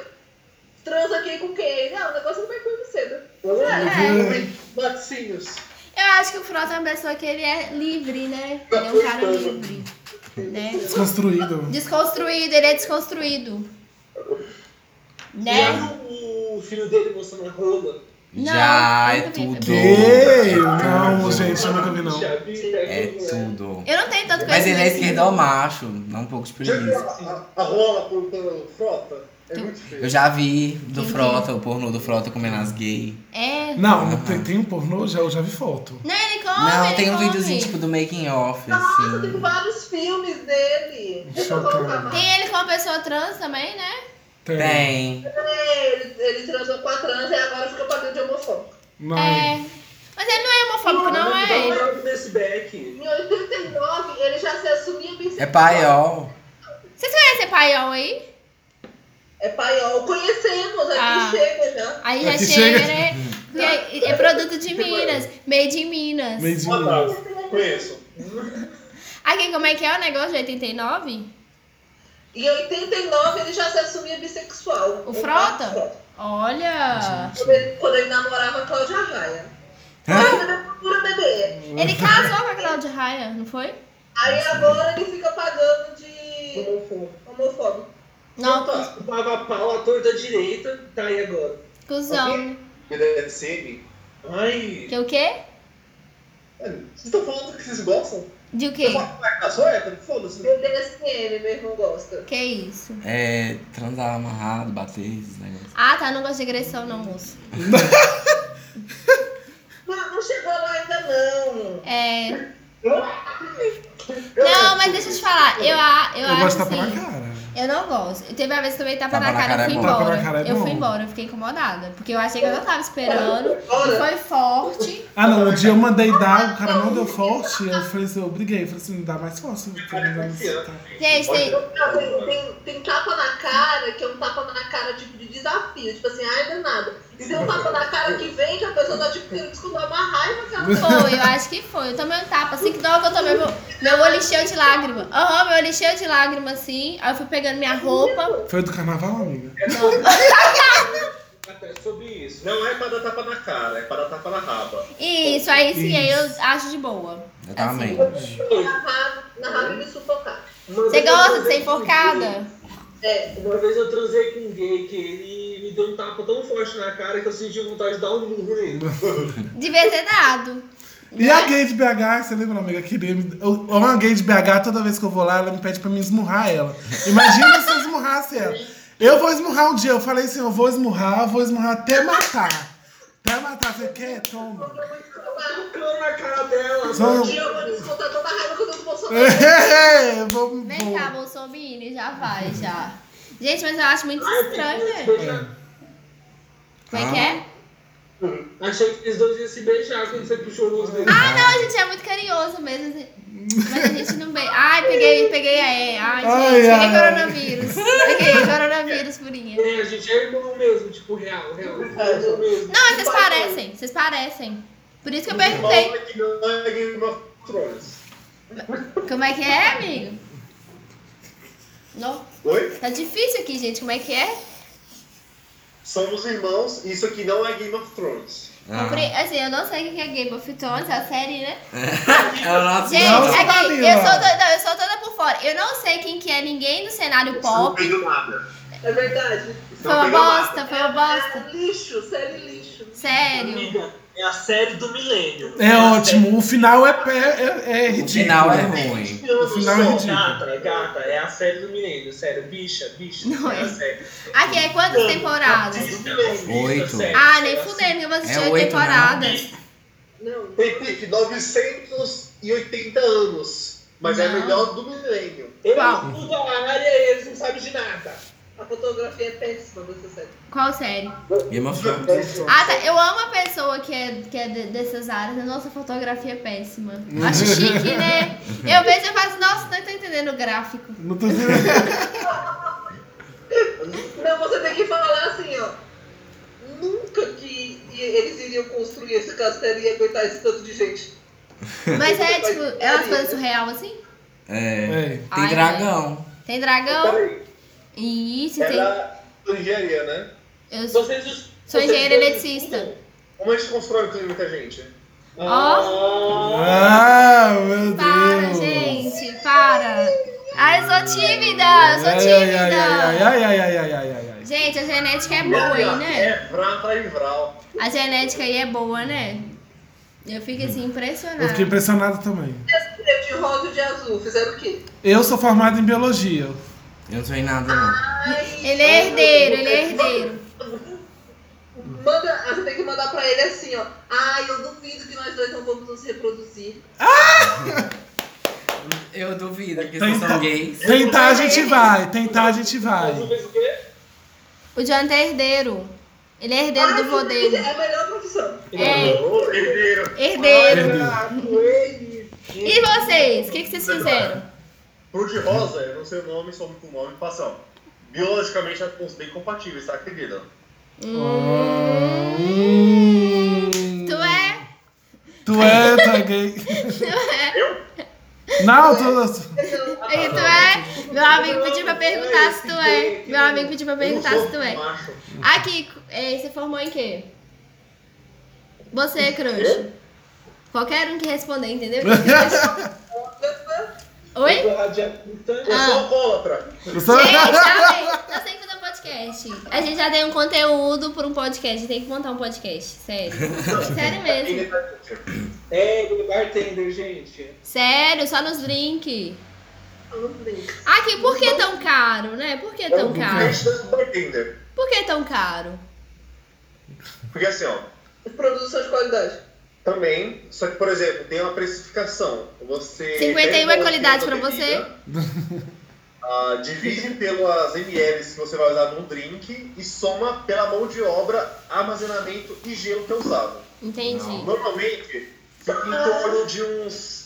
[SPEAKER 9] Transa aqui com quem? Não, o negócio não vai com você.
[SPEAKER 11] Uhum. Batinhos.
[SPEAKER 2] Eu acho que o Frota é uma pessoa que ele é livre, né? Ele é um cara livre. Né?
[SPEAKER 5] Desconstruído.
[SPEAKER 2] Desconstruído, ele é desconstruído. Né?
[SPEAKER 11] E o filho dele mostrando a rola.
[SPEAKER 2] Não,
[SPEAKER 4] Já é
[SPEAKER 2] nunca vi.
[SPEAKER 4] tudo.
[SPEAKER 5] Que? Não, gente,
[SPEAKER 9] é
[SPEAKER 5] eu nunca vi, não.
[SPEAKER 11] Já vi, tá
[SPEAKER 4] É
[SPEAKER 11] aqui, né?
[SPEAKER 4] tudo.
[SPEAKER 2] Eu não tenho tanto
[SPEAKER 4] Mas ele é
[SPEAKER 2] conhecimento.
[SPEAKER 4] esquerdão macho, não um pouco de
[SPEAKER 11] Já viu
[SPEAKER 4] preguiça.
[SPEAKER 11] a, a rola por- pelo Frota? É muito feio.
[SPEAKER 4] Eu já vi do
[SPEAKER 2] Entendi.
[SPEAKER 4] Frota, o pornô do Frota comendo as gay.
[SPEAKER 2] É.
[SPEAKER 5] Não, não tem, tem um pornô? Já, eu já vi foto.
[SPEAKER 2] Não, ele come,
[SPEAKER 4] Não,
[SPEAKER 2] ele
[SPEAKER 4] tem um
[SPEAKER 2] come.
[SPEAKER 4] videozinho tipo do making off,
[SPEAKER 9] Nossa, tem
[SPEAKER 4] assim.
[SPEAKER 9] vários filmes dele. Deixa eu
[SPEAKER 5] Chocado.
[SPEAKER 9] colocar mais.
[SPEAKER 2] Tem ele com uma pessoa trans também, né?
[SPEAKER 5] Tem.
[SPEAKER 4] Tem.
[SPEAKER 9] Ele, ele transou com a trans e agora fica pagando de homofóbico.
[SPEAKER 5] Não.
[SPEAKER 2] É. Mas ele não é homofóbico, não é?
[SPEAKER 11] Não é desse back.
[SPEAKER 9] Em 89, ele já se assumia
[SPEAKER 4] É
[SPEAKER 9] bissexual.
[SPEAKER 4] paiol.
[SPEAKER 2] Vocês conhecem paiol aí?
[SPEAKER 9] É paiol. Conhecemos, aqui
[SPEAKER 2] Ah.
[SPEAKER 9] chega já.
[SPEAKER 2] Aí já
[SPEAKER 5] Aqui
[SPEAKER 2] chega,
[SPEAKER 5] chega.
[SPEAKER 2] né? E aí, É, produto de Minas. Made in Minas.
[SPEAKER 5] Meio de
[SPEAKER 11] Conheço.
[SPEAKER 2] Aqui, como é que é o negócio de 89?
[SPEAKER 9] Em 89, ele já se assumia bissexual.
[SPEAKER 2] O Frota? Olha!
[SPEAKER 9] Quando ele, quando ele namorava a Cláudia Raia. Pura bebê.
[SPEAKER 2] Ele casou com a Cláudia Raia, não foi?
[SPEAKER 9] Aí agora ele fica pagando de homofóbico.
[SPEAKER 2] Não,
[SPEAKER 9] Opa.
[SPEAKER 11] Tava pau, ator da direita, tá aí agora.
[SPEAKER 2] cuzão.
[SPEAKER 11] PDSM? Ai.
[SPEAKER 2] Que o quê?
[SPEAKER 11] Vocês estão falando do que vocês gostam?
[SPEAKER 2] De o quê?
[SPEAKER 12] Tá
[SPEAKER 11] Ah, sou hétero?
[SPEAKER 12] assim?
[SPEAKER 11] Foda-se.
[SPEAKER 9] BDSM, meu irmão gosta.
[SPEAKER 2] Que isso?
[SPEAKER 4] É, transar amarrado, bater, esses negócios.
[SPEAKER 2] Ah, tá, não gosto de agressão não, moço.
[SPEAKER 9] Não, não chegou lá ainda não.
[SPEAKER 2] É... Não, mas deixa eu te falar. Eu, a- eu
[SPEAKER 5] Eu gosto
[SPEAKER 2] acho
[SPEAKER 5] de tapar na
[SPEAKER 2] assim...
[SPEAKER 5] cara.
[SPEAKER 2] Eu não gosto. Teve uma vez que eu tomei tapa,
[SPEAKER 4] Tapa
[SPEAKER 2] na
[SPEAKER 4] na
[SPEAKER 2] cara
[SPEAKER 4] cara
[SPEAKER 2] e
[SPEAKER 4] é
[SPEAKER 2] fui
[SPEAKER 4] bom.
[SPEAKER 2] embora.
[SPEAKER 4] Tapa na cara é
[SPEAKER 2] eu
[SPEAKER 4] bom.
[SPEAKER 2] fui embora, eu fiquei incomodada. Porque eu achei que eu não tava esperando. e Foi forte.
[SPEAKER 5] Ah, não. Um dia eu mandei dar, o cara
[SPEAKER 2] assim.
[SPEAKER 5] não deu forte. Eu falei assim, eu briguei. Eu Falei assim, dá mais tá. forte. porque não vai me soltar.
[SPEAKER 2] Gente, tem.
[SPEAKER 9] Não, tem, tem, tem tapa na cara, que é um tapa na cara tipo de desafio, tipo assim, ai danada. E tem um tapa na cara que vem, que a pessoa tá tipo querendo esconder uma raiva, cara.
[SPEAKER 2] Foi, eu acho que foi. Eu tomei um tapa. Assim que logo eu tomei, meu, meu olho encheu de lágrima. Aham, meu olho encheu de lágrima, assim. Aí eu fui pegando minha roupa.
[SPEAKER 5] Foi do carnaval, amiga?
[SPEAKER 12] Até sobre isso. Não é pra dar tapa na cara, é pra dar tapa na raba.
[SPEAKER 2] Isso, aí sim, aí eu acho de boa. Assim,
[SPEAKER 4] Exatamente.
[SPEAKER 9] Na raiva me sufocar.
[SPEAKER 2] Você gosta de ser enforcada?
[SPEAKER 9] É.
[SPEAKER 11] Uma vez eu transei com um gay que ele me deu um tapa tão forte na cara que eu senti vontade de dar um murro nele.
[SPEAKER 2] Devia ter dado.
[SPEAKER 5] E a gay de BH, você lembra, amiga? Que me... eu- uma gay de BH, toda vez que eu vou lá, ela me pede pra me esmurrar ela. Imagina se eu esmurrasse ela. Eu vou esmurrar um dia. Eu falei assim, eu vou esmurrar, eu vou esmurrar até matar. Até matar. Você quer? Toma.
[SPEAKER 11] Tocando na cara dela.
[SPEAKER 5] Só-
[SPEAKER 9] E eu vou descontar toda a raiva que eu tô com o
[SPEAKER 5] É, vamos-
[SPEAKER 2] Vem cá, Bolsonaro, já vai, já. Gente, mas eu acho muito estranho, né? Como é que é?
[SPEAKER 11] Achei que eles dois iam se beijar quando você puxou o luz dele.
[SPEAKER 2] Ah, não, a gente é muito carinhoso mesmo. assim. Mas a gente não beija. Ai, peguei, peguei a E. Ai, gente,
[SPEAKER 11] Ai,
[SPEAKER 2] peguei
[SPEAKER 11] ai.
[SPEAKER 2] coronavírus. Peguei coronavírus, purinha.
[SPEAKER 11] É, a gente é irmão mesmo, tipo, real, real.
[SPEAKER 2] É. Não, mas vocês parecem, vocês parecem. Por isso é que eu perguntei. Como é que é, amigo? Não.
[SPEAKER 12] Oi?
[SPEAKER 2] Tá difícil aqui, gente. Como é que é?
[SPEAKER 12] Somos irmãos, isso aqui não é Game of Thrones.
[SPEAKER 4] Ah.
[SPEAKER 2] Compre- Assim, eu não sei o que é Game of Thrones, a série, né?
[SPEAKER 12] É o nosso
[SPEAKER 2] Gente,
[SPEAKER 12] Não,
[SPEAKER 2] é que
[SPEAKER 12] Camila.
[SPEAKER 2] eu sou, toda, não, eu sou toda por fora. Eu não sei quem que é ninguém do cenário pop.
[SPEAKER 12] do nada.
[SPEAKER 9] É verdade.
[SPEAKER 2] Foi uma bosta, foi uma bosta.
[SPEAKER 9] Lixo, série lixo.
[SPEAKER 2] Sério.
[SPEAKER 11] É a série do milênio.
[SPEAKER 5] É ótimo. O final é, pé, é, é ridículo.
[SPEAKER 4] final é ruim.
[SPEAKER 5] O final é ridículo.
[SPEAKER 11] Gata, gata, é a série do milênio, sério. Bicha, bicha.
[SPEAKER 2] Não
[SPEAKER 11] é
[SPEAKER 2] é.
[SPEAKER 11] a série.
[SPEAKER 2] Aqui é quantas temporadas?
[SPEAKER 4] Oito.
[SPEAKER 11] É
[SPEAKER 2] Ah, nem fudendo, que eu vou assistir
[SPEAKER 4] É
[SPEAKER 2] oito
[SPEAKER 4] oito, né?
[SPEAKER 2] temporadas.
[SPEAKER 12] Tem pique 980 anos, mas é a
[SPEAKER 9] Não.
[SPEAKER 12] melhor do milênio.
[SPEAKER 9] Eu
[SPEAKER 2] Qual?
[SPEAKER 9] não
[SPEAKER 11] fui lá, olha eles, não sabem de nada.
[SPEAKER 9] A fotografia é péssima, você sabe.
[SPEAKER 2] Qual série?
[SPEAKER 4] E mostrou.
[SPEAKER 2] Ah, tá. Eu amo a pessoa que é, que é de- dessas áreas. né? Nossa, fotografia é péssima. Acho chique, né? Eu vejo e faço, nossa, não tô entendendo o gráfico.
[SPEAKER 5] Não tô vendo.
[SPEAKER 9] Não, você tem que falar assim, ó. Nunca que i- eles iriam construir esse castelo e aguentar esse tanto de gente.
[SPEAKER 2] Mas é, tipo, é umas coisas surreal assim?
[SPEAKER 4] É.
[SPEAKER 2] Ai,
[SPEAKER 4] Tem dragão.
[SPEAKER 2] Tem dragão? Ih, se tem.
[SPEAKER 12] Ela é engenharia, né?
[SPEAKER 2] Eu
[SPEAKER 12] sou,
[SPEAKER 2] Sou engenheiro eletricista.
[SPEAKER 12] Como a gente constrói o clima com a gente?
[SPEAKER 2] Ó.
[SPEAKER 5] Ah, meu
[SPEAKER 2] Para,
[SPEAKER 5] Deus.
[SPEAKER 2] gente, para. Ai, eu sou tímida, eu sou
[SPEAKER 5] Ai, ai, ai,
[SPEAKER 2] tímida.
[SPEAKER 5] ai, ai, ai, ai, ai, ai, ai.
[SPEAKER 2] Gente, a genética é boa aí, né?
[SPEAKER 12] É vral pra vral.
[SPEAKER 2] A genética aí é boa, né? Eu fico assim
[SPEAKER 5] Eu fiquei
[SPEAKER 2] impressionada.
[SPEAKER 5] impressionado também.
[SPEAKER 9] De um rosa e de azul, fizeram o quê?
[SPEAKER 5] Eu sou formado em biologia.
[SPEAKER 4] Eu não sei nada, não.
[SPEAKER 2] Ele é herdeiro, ele é herdeiro.
[SPEAKER 9] Manda, ah, você tem que mandar pra ele assim, ó. Ai, eu duvido que nós dois não vamos nos reproduzir.
[SPEAKER 4] Eu duvido que vocês são gays.
[SPEAKER 5] Tentar a gente vai, tentar a gente vai.
[SPEAKER 2] O Jonathan é herdeiro. Ele é herdeiro do vô dele.
[SPEAKER 9] É a melhor profissão.
[SPEAKER 2] É,
[SPEAKER 12] Ô, herdeiro.
[SPEAKER 2] herdeiro.
[SPEAKER 9] Oi.
[SPEAKER 2] E vocês? O que, que vocês fizeram?
[SPEAKER 12] Cor de rosa, eu não sei o nome, só com o nome e passa, ó. Biologicamente, elas são bem compatíveis, tá, querida?
[SPEAKER 2] Hum, Tu é?
[SPEAKER 5] Tu é, tu é gay.
[SPEAKER 2] Tu é?
[SPEAKER 5] Não, tu.
[SPEAKER 2] Aí tu é? Meu amigo pediu pra perguntar se tu é. Meu amigo pediu pra perguntar se tu é. Aqui, é, você formou em quê? Você, crush. Qualquer um que responder, entendeu? Oi?
[SPEAKER 12] Eu
[SPEAKER 2] Ah.
[SPEAKER 12] sou alcoólatra.
[SPEAKER 5] Eu
[SPEAKER 2] Gente,
[SPEAKER 5] é?
[SPEAKER 2] já tem, nós temos que fazer um podcast. A gente já tem um conteúdo por um podcast. Tem que montar um podcast, sério. Sério mesmo.
[SPEAKER 11] É, bartender, gente.
[SPEAKER 2] Sério, só nos drinks. Aqui, por que tão caro, né? Por que tão caro?
[SPEAKER 12] Gente, das bartender.
[SPEAKER 2] Por que tão caro?
[SPEAKER 12] Porque assim, ó,
[SPEAKER 9] Produção de qualidade.
[SPEAKER 12] também, só que, por exemplo, tem uma precificação. Você.
[SPEAKER 2] 51 é
[SPEAKER 12] tem
[SPEAKER 2] qualidade pra
[SPEAKER 12] uma bebida,
[SPEAKER 2] você?
[SPEAKER 12] Ah, divide pelas ml que você vai usar num drink e soma pela mão de obra, armazenamento e gelo que é usado.
[SPEAKER 2] Entendi.
[SPEAKER 12] Normalmente, fica em torno de uns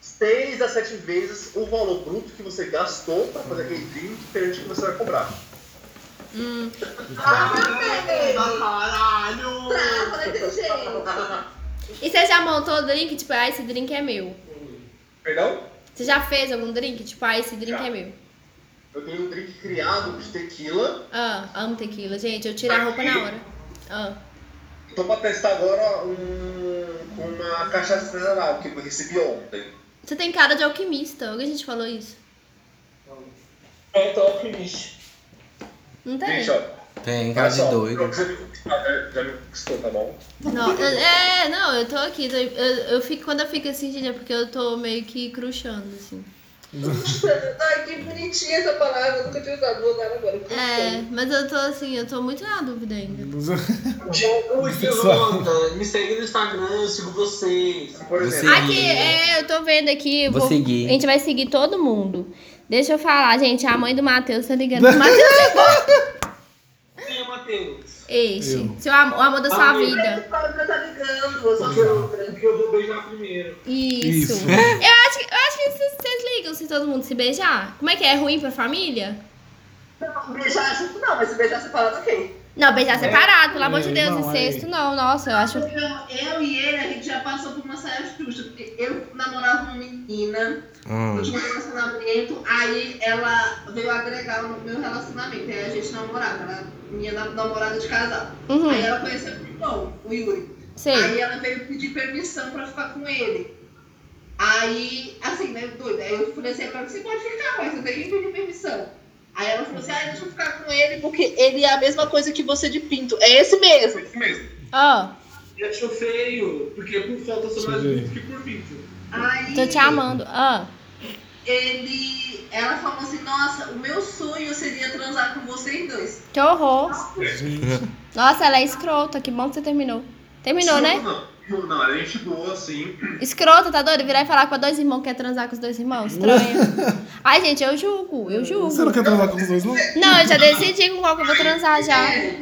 [SPEAKER 12] 6 a 7 vezes o valor bruto que você gastou para fazer aquele drink perante o que você vai comprar.
[SPEAKER 2] Hum.
[SPEAKER 9] Ah,
[SPEAKER 11] Caralho!
[SPEAKER 9] Trava inteligente.
[SPEAKER 2] E você já montou o drink? Tipo, ah, esse drink é meu.
[SPEAKER 12] Perdão?
[SPEAKER 2] Você já fez algum drink? Tipo, ah, esse drink é meu.
[SPEAKER 12] Eu tenho um drink criado de tequila.
[SPEAKER 2] Ah, amo tequila. Gente, eu tiro a roupa na hora. Ah.
[SPEAKER 12] Tô pra testar agora um, com uma cachaça mineral que eu recebi ontem.
[SPEAKER 2] Você tem cara de alquimista. Alguém gente falou isso?
[SPEAKER 11] É
[SPEAKER 12] Eu tô alquimista.
[SPEAKER 2] Não tem?
[SPEAKER 12] Gente, ó.
[SPEAKER 4] Tem, cara de
[SPEAKER 12] olha só,
[SPEAKER 4] doido.
[SPEAKER 12] Já me conquistou, já me conquistou, tá bom?
[SPEAKER 2] Não, eu- é, não, eu tô aqui. tô- Eu, eu fico, quando eu fico assim, gente, é porque eu tô meio que cruxando, assim.
[SPEAKER 9] Ai, que bonitinha essa palavra, eu nunca tinha usado, vou usar agora.
[SPEAKER 2] É, mas eu tô assim, eu tô muito na dúvida ainda.
[SPEAKER 11] Diogo e Yolanda, me segue no Instagram, eu sigo vocês.
[SPEAKER 12] Por
[SPEAKER 4] exemplo.
[SPEAKER 2] Aqui, é, eu tô vendo aqui. eu
[SPEAKER 4] Vou seguir.
[SPEAKER 2] A gente vai seguir todo mundo. Deixa eu falar, gente, a mãe do Matheus tá ligando. pro Matheus,
[SPEAKER 11] Quem é Matheus?
[SPEAKER 2] este. Seu amor, o amor da sua
[SPEAKER 11] Amém.
[SPEAKER 2] vida.
[SPEAKER 9] Palavra tá ligando,
[SPEAKER 11] Só
[SPEAKER 9] você
[SPEAKER 11] que eu, que eu vou beijar primeiro.
[SPEAKER 2] Isso.
[SPEAKER 11] Isso.
[SPEAKER 2] Eu acho que, eu acho que vocês, vocês ligam se todo mundo se beijar. Como é que é? É ruim pra família?
[SPEAKER 9] beijar junto não, mas se beijar separado, ok.
[SPEAKER 2] Não, beijar separado, pelo amor de
[SPEAKER 9] É,
[SPEAKER 2] Deus.
[SPEAKER 9] não, aí-
[SPEAKER 2] Incesto, não. Nossa, eu acho.
[SPEAKER 9] Eu, eu e ele, a gente já passou por uma saia justa, porque eu namorava uma menina,
[SPEAKER 4] Hum.
[SPEAKER 9] eu tinha um relacionamento, aí ela veio agregar no meu relacionamento, aí a gente namorava, ela, minha nam- namorada de casal.
[SPEAKER 2] Uhum.
[SPEAKER 9] Aí ela conheceu o irmão, o Yuri.
[SPEAKER 2] Sei.
[SPEAKER 9] Aí ela veio pedir permissão pra ficar com ele. Aí, assim, né, doida, aí eu falei assim, pra ela, você pode ficar, mas eu tenho que pedir permissão. Aí ela falou assim, ah, deixa eu ficar com ele, porque ele é a mesma coisa que você de pinto, é esse mesmo. É
[SPEAKER 11] esse mesmo.
[SPEAKER 2] Ó,
[SPEAKER 11] Eu acho feio, porque por falta eu sou mais bonito que por vídeo.
[SPEAKER 9] Aí,
[SPEAKER 2] tô te amando. Ó.
[SPEAKER 9] Ele, ela falou assim, nossa, o meu sonho seria transar com vocês dois.
[SPEAKER 2] Que horror. Nossa, ela é escrota. Que bom que você terminou. Terminou, né?
[SPEAKER 12] Não, não, a gente boa assim.
[SPEAKER 2] Escrota, tá doido? Virar e falar pra dois irmãos que quer transar com os dois irmãos? Estranho. Ai, gente, eu julgo, eu julgo.
[SPEAKER 5] Você não quer transar com os dois, não?
[SPEAKER 2] Não, eu já decidi com qual que eu vou transar já.
[SPEAKER 9] É.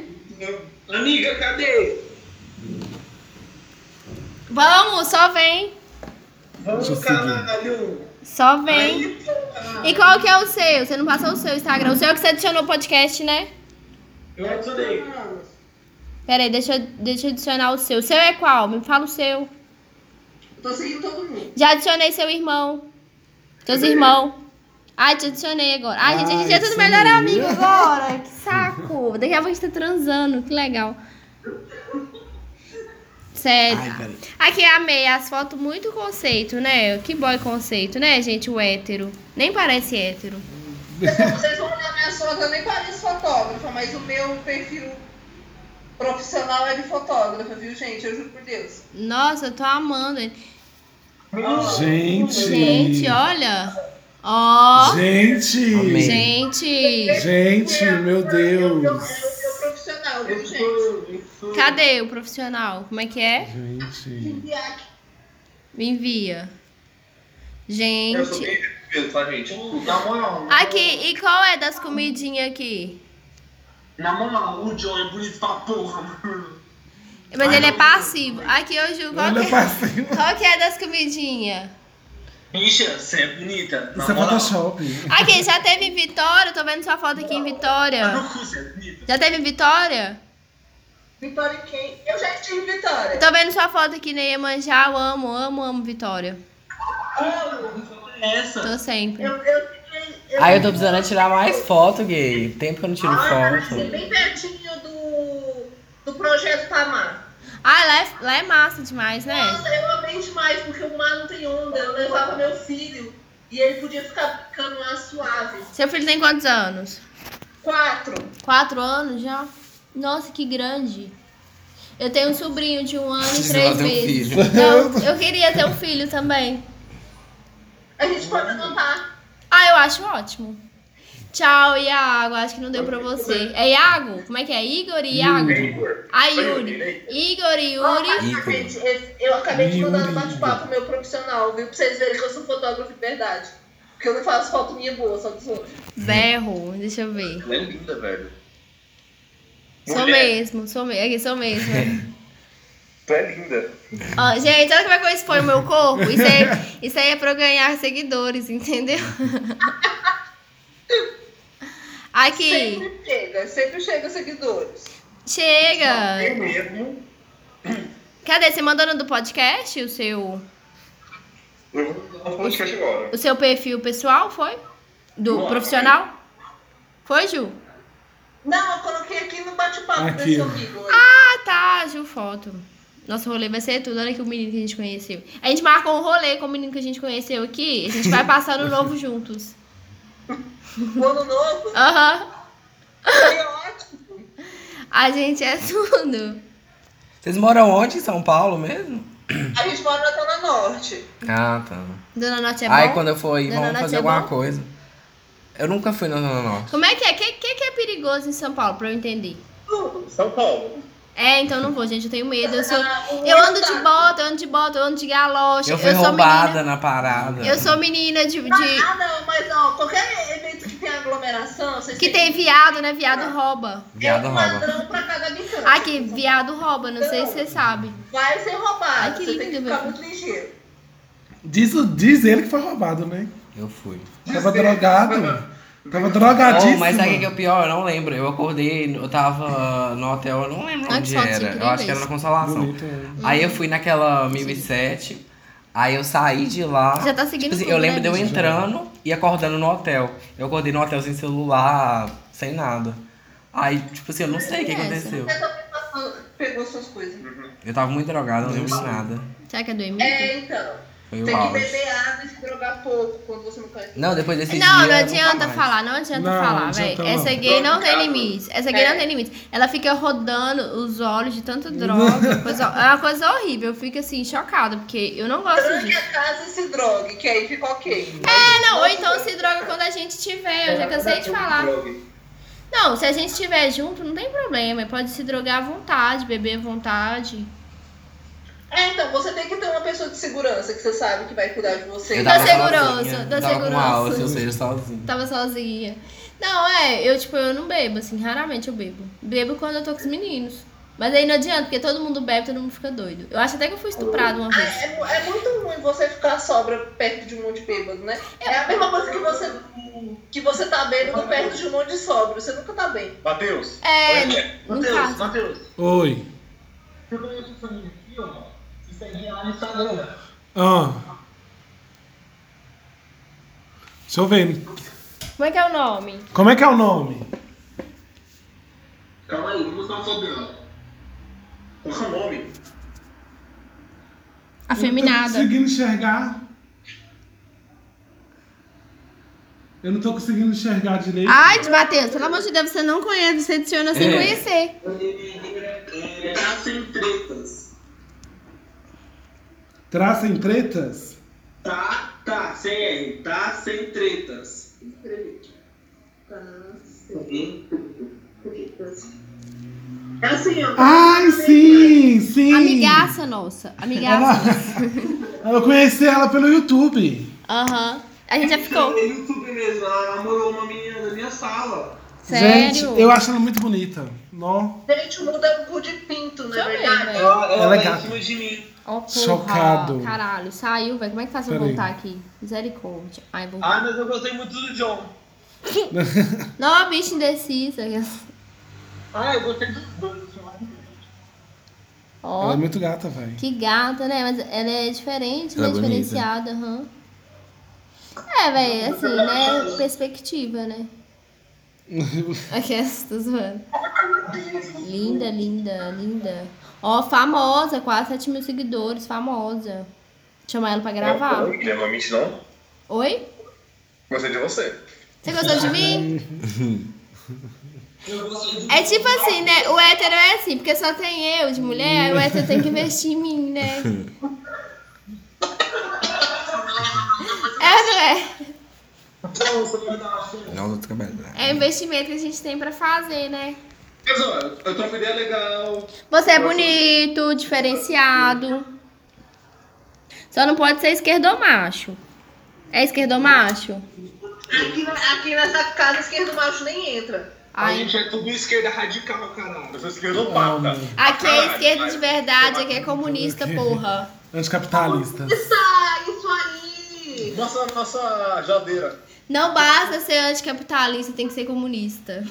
[SPEAKER 11] Amiga, cadê?
[SPEAKER 2] Vamos, só vem.
[SPEAKER 11] Vamos, caralho.
[SPEAKER 2] Só vem.
[SPEAKER 11] ah,
[SPEAKER 2] E qual que é o seu? Você não passou o seu Instagram? O seu é que você adicionou o podcast, né?
[SPEAKER 11] Eu adicionei.
[SPEAKER 2] Pera aí, deixa, eu- deixa eu adicionar o seu. O seu é qual? Me fala o seu.
[SPEAKER 9] Tô seguindo todo mundo.
[SPEAKER 2] Já adicionei seu irmão. Seus irmãos. Ai, te adicionei agora. Ai, gente, a gente é
[SPEAKER 9] Ai,
[SPEAKER 2] tudo
[SPEAKER 9] isso
[SPEAKER 2] melhor
[SPEAKER 9] aí.
[SPEAKER 2] amigo agora. Que saco. Daqui a pouco a gente tá transando. Que legal. Sério. Aqui, amei. As fotos, muito conceito, né? Que boy conceito, né, gente? O hétero. Nem parece hétero.
[SPEAKER 9] Vocês vão olhar minhas fotos, eu nem pareço fotógrafa, mas o meu perfil profissional é de fotógrafa, viu, gente? Eu juro por Deus.
[SPEAKER 2] Nossa, eu tô amando ele.
[SPEAKER 5] Gente.
[SPEAKER 2] Gente, olha. Ó.
[SPEAKER 5] Gente. Amei.
[SPEAKER 2] Gente.
[SPEAKER 5] Gente, meu Deus.
[SPEAKER 9] Profissional, viu,
[SPEAKER 11] gente?
[SPEAKER 2] Cadê o profissional? Como é que é?
[SPEAKER 5] Gente.
[SPEAKER 2] Me envia.
[SPEAKER 12] Eu sou
[SPEAKER 2] Gente.
[SPEAKER 12] bem resolvido, tá, gente? Na moral,
[SPEAKER 2] Aqui, e qual é das comidinhas aqui?
[SPEAKER 11] na moral, o John é bonito pra porra, mano.
[SPEAKER 2] Mas ele é passivo. Aqui eu julgo. Qual
[SPEAKER 11] Ele é
[SPEAKER 2] que é, qual que é das comidinhas?
[SPEAKER 11] Bicha, você é bonita. Na
[SPEAKER 5] Isso é
[SPEAKER 11] moral.
[SPEAKER 5] Photoshop.
[SPEAKER 2] Aqui, já teve em Vitória? Eu tô vendo sua foto aqui em Vitória.
[SPEAKER 11] é
[SPEAKER 2] Já teve em Vitória?
[SPEAKER 9] Vitória em quem? Eu já estive em Vitória.
[SPEAKER 2] Eu tô vendo sua foto aqui na Iemanjá. Eu amo, amo, amo Vitória.
[SPEAKER 11] Essa.
[SPEAKER 2] Tô sempre.
[SPEAKER 13] Aí eu tô precisando é tirar mais foto, gay. Tempo que eu não tiro
[SPEAKER 2] Ah, é
[SPEAKER 9] Assim,
[SPEAKER 13] foto.
[SPEAKER 9] bem pertinho do, do projeto Tamar.
[SPEAKER 2] Ah, lá é, lá é massa demais, né?
[SPEAKER 9] Nossa, eu amei demais, porque o mar não tem onda. Eu levava meu filho e ele podia ficar ficando lá suave.
[SPEAKER 2] Seu filho tem quantos anos?
[SPEAKER 9] Quatro.
[SPEAKER 2] Quatro anos já? Nossa, que grande. Eu tenho um sobrinho de um ano e
[SPEAKER 9] Diz
[SPEAKER 2] três
[SPEAKER 9] ela tem um
[SPEAKER 2] meses.
[SPEAKER 9] filho.
[SPEAKER 2] Não, eu queria ter um filho também.
[SPEAKER 9] A gente pode montar.
[SPEAKER 2] Ah, eu acho ótimo. Tchau, Iago. Acho que não deu pra você. É Iago? Como é que é? Igor e Iago? Ah, Yuri. Igor e Yuri.
[SPEAKER 9] Nossa, gente, esse- eu acabei de mandar um bate-papo meu profissional, viu? Pra vocês verem que eu sou fotógrafo de verdade. Porque eu não faço foto minha boa, só dos outros.
[SPEAKER 2] Berro, deixa eu ver.
[SPEAKER 12] Ela é linda, velho.
[SPEAKER 2] Sou
[SPEAKER 12] Mulher.
[SPEAKER 2] mesmo, sou mesmo. Aqui, sou mesmo.
[SPEAKER 12] Tu é linda.
[SPEAKER 2] Ó, gente, olha como é que eu exponho meu corpo. Isso aí, isso aí é pra eu ganhar seguidores, entendeu? Aqui.
[SPEAKER 9] Sempre chega, sempre chega seguidores.
[SPEAKER 2] Chega!
[SPEAKER 9] Eu
[SPEAKER 12] mesmo.
[SPEAKER 2] Cadê? Você mandou no do podcast o seu,
[SPEAKER 12] Eu vou falar um podcast agora.
[SPEAKER 2] o seu perfil pessoal, foi? Do
[SPEAKER 12] Não,
[SPEAKER 2] profissional? Foi, Ju?
[SPEAKER 9] Não, eu coloquei aqui no bate-papo
[SPEAKER 2] Aqui.
[SPEAKER 9] desse amigo.
[SPEAKER 2] Ah, tá, Ju, foto. Nosso rolê vai ser tudo. Olha que o menino que a gente conheceu. A gente marcou um rolê com o menino que a gente conheceu aqui. A gente vai passar no novo juntos.
[SPEAKER 9] O ano novo?
[SPEAKER 2] Aham.
[SPEAKER 9] Foi ótimo.
[SPEAKER 2] A gente é tudo.
[SPEAKER 13] Vocês moram onde? Em São Paulo mesmo?
[SPEAKER 9] A gente mora na Zona Norte.
[SPEAKER 13] Ah, tá.
[SPEAKER 2] Dona Norte é bom?
[SPEAKER 13] Aí quando eu for aí,
[SPEAKER 2] Dona
[SPEAKER 13] vamos
[SPEAKER 2] Norte
[SPEAKER 13] fazer
[SPEAKER 2] é
[SPEAKER 13] alguma
[SPEAKER 2] bom?
[SPEAKER 13] coisa. Eu nunca fui na Zona Norte.
[SPEAKER 2] Como é que é? O que, que, que é perigoso em São Paulo, pra eu entender?
[SPEAKER 12] São Paulo.
[SPEAKER 2] É, então não vou, gente. Eu tenho medo. Eu, sou,
[SPEAKER 9] Ah,
[SPEAKER 2] eu ando
[SPEAKER 9] tá.
[SPEAKER 2] de bota, eu ando de bota, eu ando de galocha.
[SPEAKER 13] Eu fui
[SPEAKER 2] sou
[SPEAKER 13] roubada
[SPEAKER 2] menina.
[SPEAKER 13] na parada.
[SPEAKER 2] Eu sou menina de. de-
[SPEAKER 9] Ah, não, mas ó, qualquer evento que tem aglomeração, vocês
[SPEAKER 2] que tem viado, né? Viado rouba.
[SPEAKER 13] Viado rouba.
[SPEAKER 9] Não um pra cada habitante.
[SPEAKER 2] Aqui, viado rouba, não sei se você sabe.
[SPEAKER 9] Vai ser roubado.
[SPEAKER 2] Ai, que
[SPEAKER 9] você tem que
[SPEAKER 2] lindo,
[SPEAKER 9] ficar
[SPEAKER 2] meu
[SPEAKER 9] muito ligeiro.
[SPEAKER 5] Diz, o- diz ele que foi roubado, né?
[SPEAKER 13] Eu fui.
[SPEAKER 5] Tava drogado. Tava drogadíssimo.
[SPEAKER 13] Não, mas sabe o que é o pior? Eu não lembro. Eu acordei, eu tava no hotel, eu não lembro
[SPEAKER 5] Ah, que
[SPEAKER 13] onde
[SPEAKER 5] foto
[SPEAKER 13] era.
[SPEAKER 5] incrível
[SPEAKER 13] Eu acho que era na
[SPEAKER 5] isso.
[SPEAKER 13] Consolação.
[SPEAKER 5] Bonito, né?
[SPEAKER 13] Aí
[SPEAKER 2] Hum.
[SPEAKER 13] eu fui naquela 1007, aí eu saí de lá.
[SPEAKER 2] Já tá seguindo
[SPEAKER 13] assim,
[SPEAKER 2] tudo,
[SPEAKER 13] eu lembro
[SPEAKER 2] né,
[SPEAKER 13] de eu
[SPEAKER 2] bicho?
[SPEAKER 13] entrando e acordando no hotel. Eu acordei no hotel sem celular, sem nada. Aí, tipo assim, eu não sei o que aconteceu.
[SPEAKER 9] Essa pessoa pegou suas coisas.
[SPEAKER 13] Eu tava muito drogado, não lembro de nada.
[SPEAKER 2] Será que é do Emílio?
[SPEAKER 9] É, então.
[SPEAKER 13] Foi o
[SPEAKER 9] Tem que
[SPEAKER 13] auge.
[SPEAKER 9] beber água e se drogar pouco quando você não quer.
[SPEAKER 13] Não, depois desse dia.
[SPEAKER 2] Não, não
[SPEAKER 13] nunca
[SPEAKER 2] adianta
[SPEAKER 13] mais.
[SPEAKER 2] falar, não adianta
[SPEAKER 13] Não,
[SPEAKER 2] falar,
[SPEAKER 13] não
[SPEAKER 2] velho.
[SPEAKER 13] adianta
[SPEAKER 2] Essa
[SPEAKER 13] não.
[SPEAKER 2] gay não tem limite. Essa gay não tem limite. Ela fica rodando os olhos de tanta droga. coisa- é uma coisa horrível. Eu fico assim, chocada, porque eu não gosto
[SPEAKER 9] Tranque
[SPEAKER 2] disso.
[SPEAKER 9] a casa e se drogue, que aí fica ok.
[SPEAKER 2] É, não, ou então se droga quando a gente tiver. Eu já cansei de falar. Não, se a gente estiver junto, não tem problema. Pode se drogar à vontade, beber à vontade.
[SPEAKER 9] É, então, você tem que ter uma pessoa de segurança que você sabe que vai cuidar de você.
[SPEAKER 13] Eu tava
[SPEAKER 2] segurança,
[SPEAKER 13] sozinha,
[SPEAKER 2] da
[SPEAKER 13] tava com
[SPEAKER 2] segurança.
[SPEAKER 13] auge, ou seja, sozinho.
[SPEAKER 2] Tava sozinha. Não, é, eu, tipo, eu não bebo, assim, raramente eu bebo. Bebo quando eu tô com os meninos. Mas aí não adianta, porque todo mundo bebe, todo mundo fica doido. Eu acho até que eu fui estuprada uma
[SPEAKER 9] Ah,
[SPEAKER 2] vez.
[SPEAKER 9] É, mu- é muito ruim você ficar sobra perto de um monte de bêbado, né? É a mesma coisa que você, que você tá bêbado perto de um monte de sóbrio. Você nunca tá bem.
[SPEAKER 12] Matheus.
[SPEAKER 2] É,
[SPEAKER 9] no
[SPEAKER 12] Matheus,
[SPEAKER 9] caso.
[SPEAKER 12] Matheus.
[SPEAKER 5] Oi.
[SPEAKER 11] Você conhece essa menina, mano? Isso aí é lá no Instagram.
[SPEAKER 5] Ah. Deixa eu ver.
[SPEAKER 2] Como é que é o nome?
[SPEAKER 5] Como é que é o nome?
[SPEAKER 11] Calma aí, vamos dar um sobrenome.
[SPEAKER 12] Qual é o nome?
[SPEAKER 5] Eu não tô conseguindo enxergar. Eu não tô conseguindo enxergar direito.
[SPEAKER 2] Ai, Matheus, pelo amor de Deus, você não conhece, você adiciona sem
[SPEAKER 5] É.
[SPEAKER 2] conhecer.
[SPEAKER 11] Traça em tretas.
[SPEAKER 5] Traça em pretas?
[SPEAKER 11] Tá, tá, sem R. Tá sem tretas.
[SPEAKER 2] Uhum.
[SPEAKER 9] É assim, ó.
[SPEAKER 5] Ai, sim, sim.
[SPEAKER 2] Amigaça nossa, amigaça
[SPEAKER 5] Ela-
[SPEAKER 2] nossa.
[SPEAKER 5] Eu conheci ela pelo YouTube.
[SPEAKER 2] Aham. A gente já ficou.
[SPEAKER 11] É YouTube mesmo, ela namorou uma menina da minha sala.
[SPEAKER 5] Gente, eu acho ela muito bonita. Nó.
[SPEAKER 9] Gente, o mundo é um cu de pinto, né?
[SPEAKER 2] Também,
[SPEAKER 9] verdade?
[SPEAKER 2] velho. Ela-
[SPEAKER 5] ela é gata.
[SPEAKER 11] de mim.
[SPEAKER 2] Ó, porra,
[SPEAKER 5] Chocado.
[SPEAKER 2] Caralho, saiu, velho. Como é que faz pra eu
[SPEAKER 5] Peraí. Ah.
[SPEAKER 2] voltar aqui? Misericórdia. Ai, vou.
[SPEAKER 11] Ai, Ah, mas eu gostei muito do John.
[SPEAKER 2] Não, bicho indecisa.
[SPEAKER 11] Ai, Ah, eu gostei dos dois.
[SPEAKER 2] Ó.
[SPEAKER 5] Ela é muito gata, velho.
[SPEAKER 2] Que gata, né? Mas ela é diferente,
[SPEAKER 5] Ela
[SPEAKER 2] né?
[SPEAKER 5] é bonita.
[SPEAKER 2] Diferenciada, aham. É, velho, assim, né? Perspectiva, né? Aqui, tô zoando. Linda, linda, linda. Ó, famosa, quase 7 mil seguidores, famosa. Chamar ela pra gravar.
[SPEAKER 12] Oi, Guilherme, não mente não.
[SPEAKER 2] Oi?
[SPEAKER 12] Gostei de você.
[SPEAKER 2] Você gostou de mim? É tipo assim, né? O hétero é assim, porque só tem eu de mulher, aí o hétero tem que investir em mim, né? É, não é?
[SPEAKER 13] Não, né? tô trabalhando.
[SPEAKER 2] É o investimento que a gente tem pra fazer, né?
[SPEAKER 12] Mas ó, eu troco ideia legal.
[SPEAKER 2] Você é bonito, diferenciado. Só não pode ser esquerdomacho. É esquerdomacho?
[SPEAKER 9] Aqui, na- aqui nessa casa, esquerdo macho nem entra.
[SPEAKER 11] A gente é tudo esquerda radical, caralho. Eu sou
[SPEAKER 5] esquerdopata.
[SPEAKER 2] Aqui é esquerda de verdade, aqui é comunista, porra.
[SPEAKER 5] Anticapitalista.
[SPEAKER 9] Sai, Ah, isso aí!
[SPEAKER 12] Nossa, nossa jadeira.
[SPEAKER 2] Não basta ser anticapitalista, tem que ser comunista.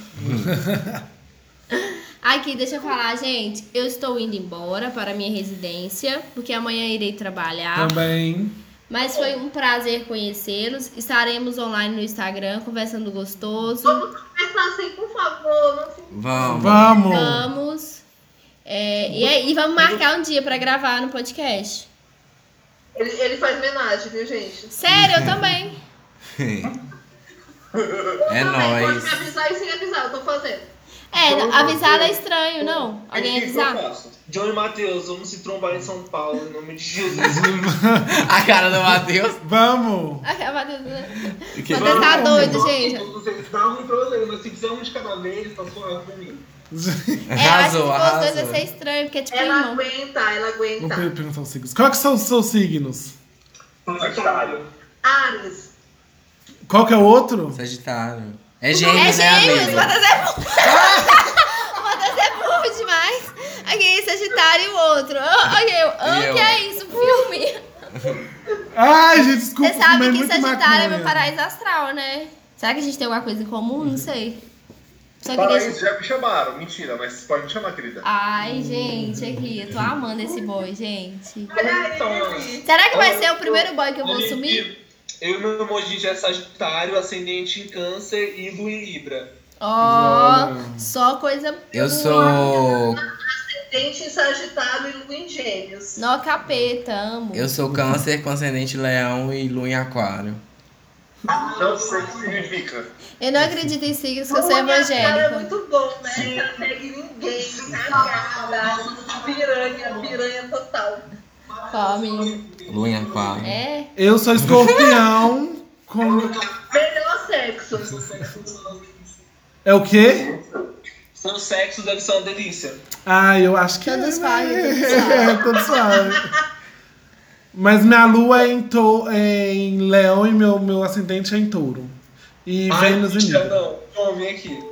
[SPEAKER 2] Aqui, deixa eu falar, gente. Eu estou indo embora para minha residência, porque amanhã irei trabalhar.
[SPEAKER 5] Também.
[SPEAKER 2] Mas foi um prazer conhecê-los. Estaremos online no Instagram, conversando gostoso.
[SPEAKER 9] Conversar assim, por favor, não se
[SPEAKER 13] Vamos.
[SPEAKER 2] Vamos. É, e, aí, vamos marcar um dia pra gravar no podcast.
[SPEAKER 9] Ele, ele faz homenagem, viu, gente?
[SPEAKER 2] Sério, eu também.
[SPEAKER 13] É
[SPEAKER 9] Pode
[SPEAKER 13] nóis.
[SPEAKER 9] me avisar e sem avisar, eu tô fazendo.
[SPEAKER 2] É, não, avisar é estranho, não? Alguém avisar?
[SPEAKER 11] John e Matheus, vamos se trombar em São Paulo, em nome de Jesus.
[SPEAKER 13] A cara do Matheus.
[SPEAKER 5] Vamos!
[SPEAKER 2] Ah, Matheus, né?
[SPEAKER 13] Que-
[SPEAKER 2] Matheus tá doido, gente.
[SPEAKER 11] Dá um problema, se quiser um de cada vez, tá suave pra mim.
[SPEAKER 2] É, eu acho que
[SPEAKER 13] Arrasou,
[SPEAKER 2] os dois vai
[SPEAKER 13] arrasou.
[SPEAKER 2] ser estranho, porque é tipo
[SPEAKER 9] Ela
[SPEAKER 2] irmão.
[SPEAKER 9] aguenta, ela
[SPEAKER 5] Vou
[SPEAKER 9] aguenta.
[SPEAKER 5] per- perguntar os signos. Qual que são os seus signos?
[SPEAKER 11] Sagitário.
[SPEAKER 9] Ares.
[SPEAKER 5] Qual que é o outro?
[SPEAKER 13] Sagitário. É gêmeos,
[SPEAKER 2] é
[SPEAKER 13] né,
[SPEAKER 2] gêmeos, o
[SPEAKER 13] amiga?
[SPEAKER 2] Matheus é burro. o Matheus é burro demais. Aqui, Sagitário e o outro. Ah, ok,
[SPEAKER 5] E
[SPEAKER 2] ah,
[SPEAKER 5] eu?
[SPEAKER 2] que é isso, filme.
[SPEAKER 5] Ai, gente, desculpa.
[SPEAKER 2] Você sabe
[SPEAKER 5] fumei
[SPEAKER 2] que
[SPEAKER 5] muito
[SPEAKER 2] Sagitário é
[SPEAKER 5] maconha.
[SPEAKER 2] meu paraíso astral, né? Será que a gente tem alguma coisa em comum? Não sei. Só
[SPEAKER 12] Para
[SPEAKER 2] queria.
[SPEAKER 12] isso, já me chamaram. Mentira, mas vocês podem me chamar, querida.
[SPEAKER 2] Ai, gente, aqui, eu tô amando esse boy, gente.
[SPEAKER 11] Então,
[SPEAKER 2] Será que vai ser o primeiro boy que eu vou sumir?
[SPEAKER 11] Eu e meu emoji já é Sagitário, ascendente em Câncer e Lua em Libra.
[SPEAKER 2] Ó, só coisa.
[SPEAKER 13] Eu sou.
[SPEAKER 9] Ascendente em Sagitário e Lua em Gêmeos.
[SPEAKER 2] Nó capeta, amo.
[SPEAKER 13] Eu sou câncer com ascendente em leão e lua em aquário.
[SPEAKER 11] Ah, Então, tá.
[SPEAKER 12] Não sei o que significa.
[SPEAKER 2] Eu não acredito em signos que eu sou
[SPEAKER 9] Cara, é
[SPEAKER 2] evangélica.
[SPEAKER 9] muito bom, né? Não segue ninguém, cagada, piranha, piranha total.
[SPEAKER 2] Come.
[SPEAKER 13] Lua em aquário.
[SPEAKER 2] É?
[SPEAKER 5] Eu sou escorpião com...
[SPEAKER 9] Melhor sexo.
[SPEAKER 5] É o quê?
[SPEAKER 11] Seu Então, sexo deve ser uma delícia.
[SPEAKER 5] Ah, eu acho que
[SPEAKER 2] Todos
[SPEAKER 5] é.
[SPEAKER 2] falam, todos
[SPEAKER 5] É,
[SPEAKER 2] falam.
[SPEAKER 5] todos falam. Mas minha lua é em, touro, é em leão e meu, meu ascendente é em touro. E
[SPEAKER 11] Ai,
[SPEAKER 5] Vênus em
[SPEAKER 11] bicha,
[SPEAKER 5] Libra.
[SPEAKER 11] Não, não, vem aqui.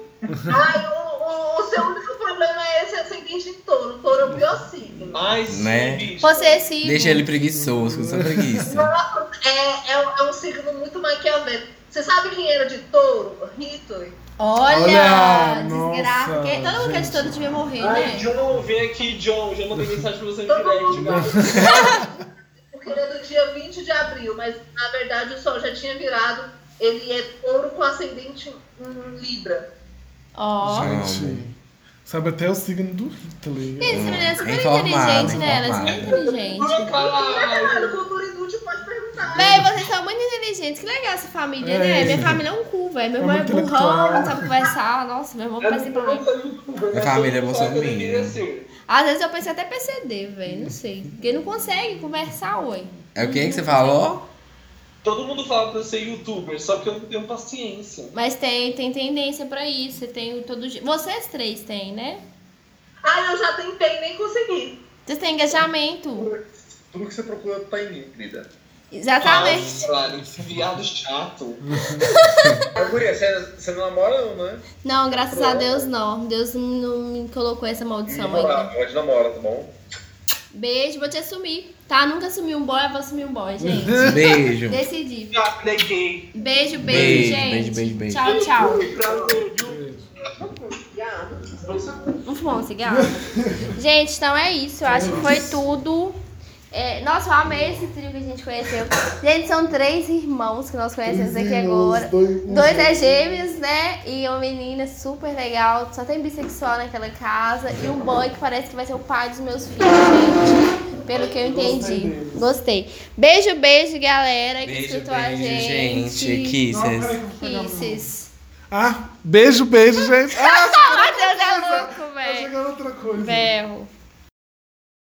[SPEAKER 9] Ai, o, o, o seu único problema é esse ascendente em touro. Touro é o pior signo.
[SPEAKER 11] Ai,
[SPEAKER 13] Né?
[SPEAKER 2] Possessivo.
[SPEAKER 13] Deixa ele preguiçoso, só preguiça.
[SPEAKER 9] Nossa, é, é, um- é um signo muito maquiavélico. Você sabe quem era de touro? Hitler.
[SPEAKER 2] Olha, desgraça.
[SPEAKER 11] Olha, nossa,
[SPEAKER 2] Que- Todo mundo que é de todo devia morrer,
[SPEAKER 11] Ai,
[SPEAKER 2] né?
[SPEAKER 11] John, vem aqui, John. Já mandei mensagem pra você no direct, velho.
[SPEAKER 9] Porque ele é do dia 20 de abril, mas na verdade o sol já tinha virado. Ele é touro com ascendente em Libra.
[SPEAKER 2] Ó.
[SPEAKER 5] Gente, sabe até o signo do Hitler. tá
[SPEAKER 2] Esse menino é super
[SPEAKER 5] Informado,
[SPEAKER 2] inteligente, né? Ela é super
[SPEAKER 5] informado.
[SPEAKER 2] inteligente.
[SPEAKER 9] Caralho, cultura inútil pode perguntar.
[SPEAKER 2] Véi, vocês são muito inteligentes. Que legal essa família,
[SPEAKER 5] É.
[SPEAKER 2] né? Minha família é um cu, velho. Meu
[SPEAKER 5] É
[SPEAKER 2] irmão é
[SPEAKER 5] muito
[SPEAKER 2] burrão,
[SPEAKER 5] intelectual.
[SPEAKER 2] não sabe conversar. Nossa, meu irmão
[SPEAKER 11] É
[SPEAKER 2] pensa em
[SPEAKER 11] né?
[SPEAKER 13] Minha família é bolsominion.
[SPEAKER 11] Assim,
[SPEAKER 2] Às vezes eu penso até PCD, velho. Não sei. Porque não consegue conversar, oi.
[SPEAKER 13] É o que que você falou?
[SPEAKER 11] Todo mundo fala pra eu ser youtuber, só que eu não tenho paciência.
[SPEAKER 2] Mas tem, tem tendência pra isso. Você tem o todo dia. Vocês três têm, né?
[SPEAKER 9] Ah, eu já tentei, nem consegui.
[SPEAKER 2] Vocês têm engajamento.
[SPEAKER 12] Tudo que você procura tá em mim, querida.
[SPEAKER 2] Tá, Exatamente.
[SPEAKER 11] Ah, caralho, esse viado chato.
[SPEAKER 12] Mas, guria, você, é- você não namora não, né?
[SPEAKER 2] Não, graças a Deus não. Deus não me colocou essa maldição ainda.
[SPEAKER 12] Namora, pode namora, tá bom?
[SPEAKER 2] Beijo, vou te assumir. Tá? Nunca assumi um boy, eu vou assumir um boy, gente.
[SPEAKER 13] Beijo.
[SPEAKER 2] Decidi.
[SPEAKER 11] Já neguei.
[SPEAKER 2] Beijo, beijo,
[SPEAKER 13] Beijo,
[SPEAKER 2] gente.
[SPEAKER 13] beijo, beijo, beijo.
[SPEAKER 2] Tchau, tchau. Vamos fumar um cigarro? gente, então é isso. Eu acho que foi tudo. É, nossa, eu amei esse trio que a gente conheceu. Gente, são três irmãos que nós conhecemos aqui agora. Dois é gêmeos, né? E uma menina super legal. Só tem bissexual naquela casa. E um boy que parece que vai ser o pai dos meus filhos, gente. Pelo que eu entendi. Gostei. Beijo, beijo, galera. Que
[SPEAKER 13] Beijo,
[SPEAKER 2] escutou a
[SPEAKER 13] beijo,
[SPEAKER 2] gente.
[SPEAKER 13] gente. Kisses.
[SPEAKER 2] Kisses.
[SPEAKER 5] Ah, beijo, beijo, gente. Ah,
[SPEAKER 2] Matheus é louco, velho.
[SPEAKER 5] outra coisa.
[SPEAKER 2] Berro.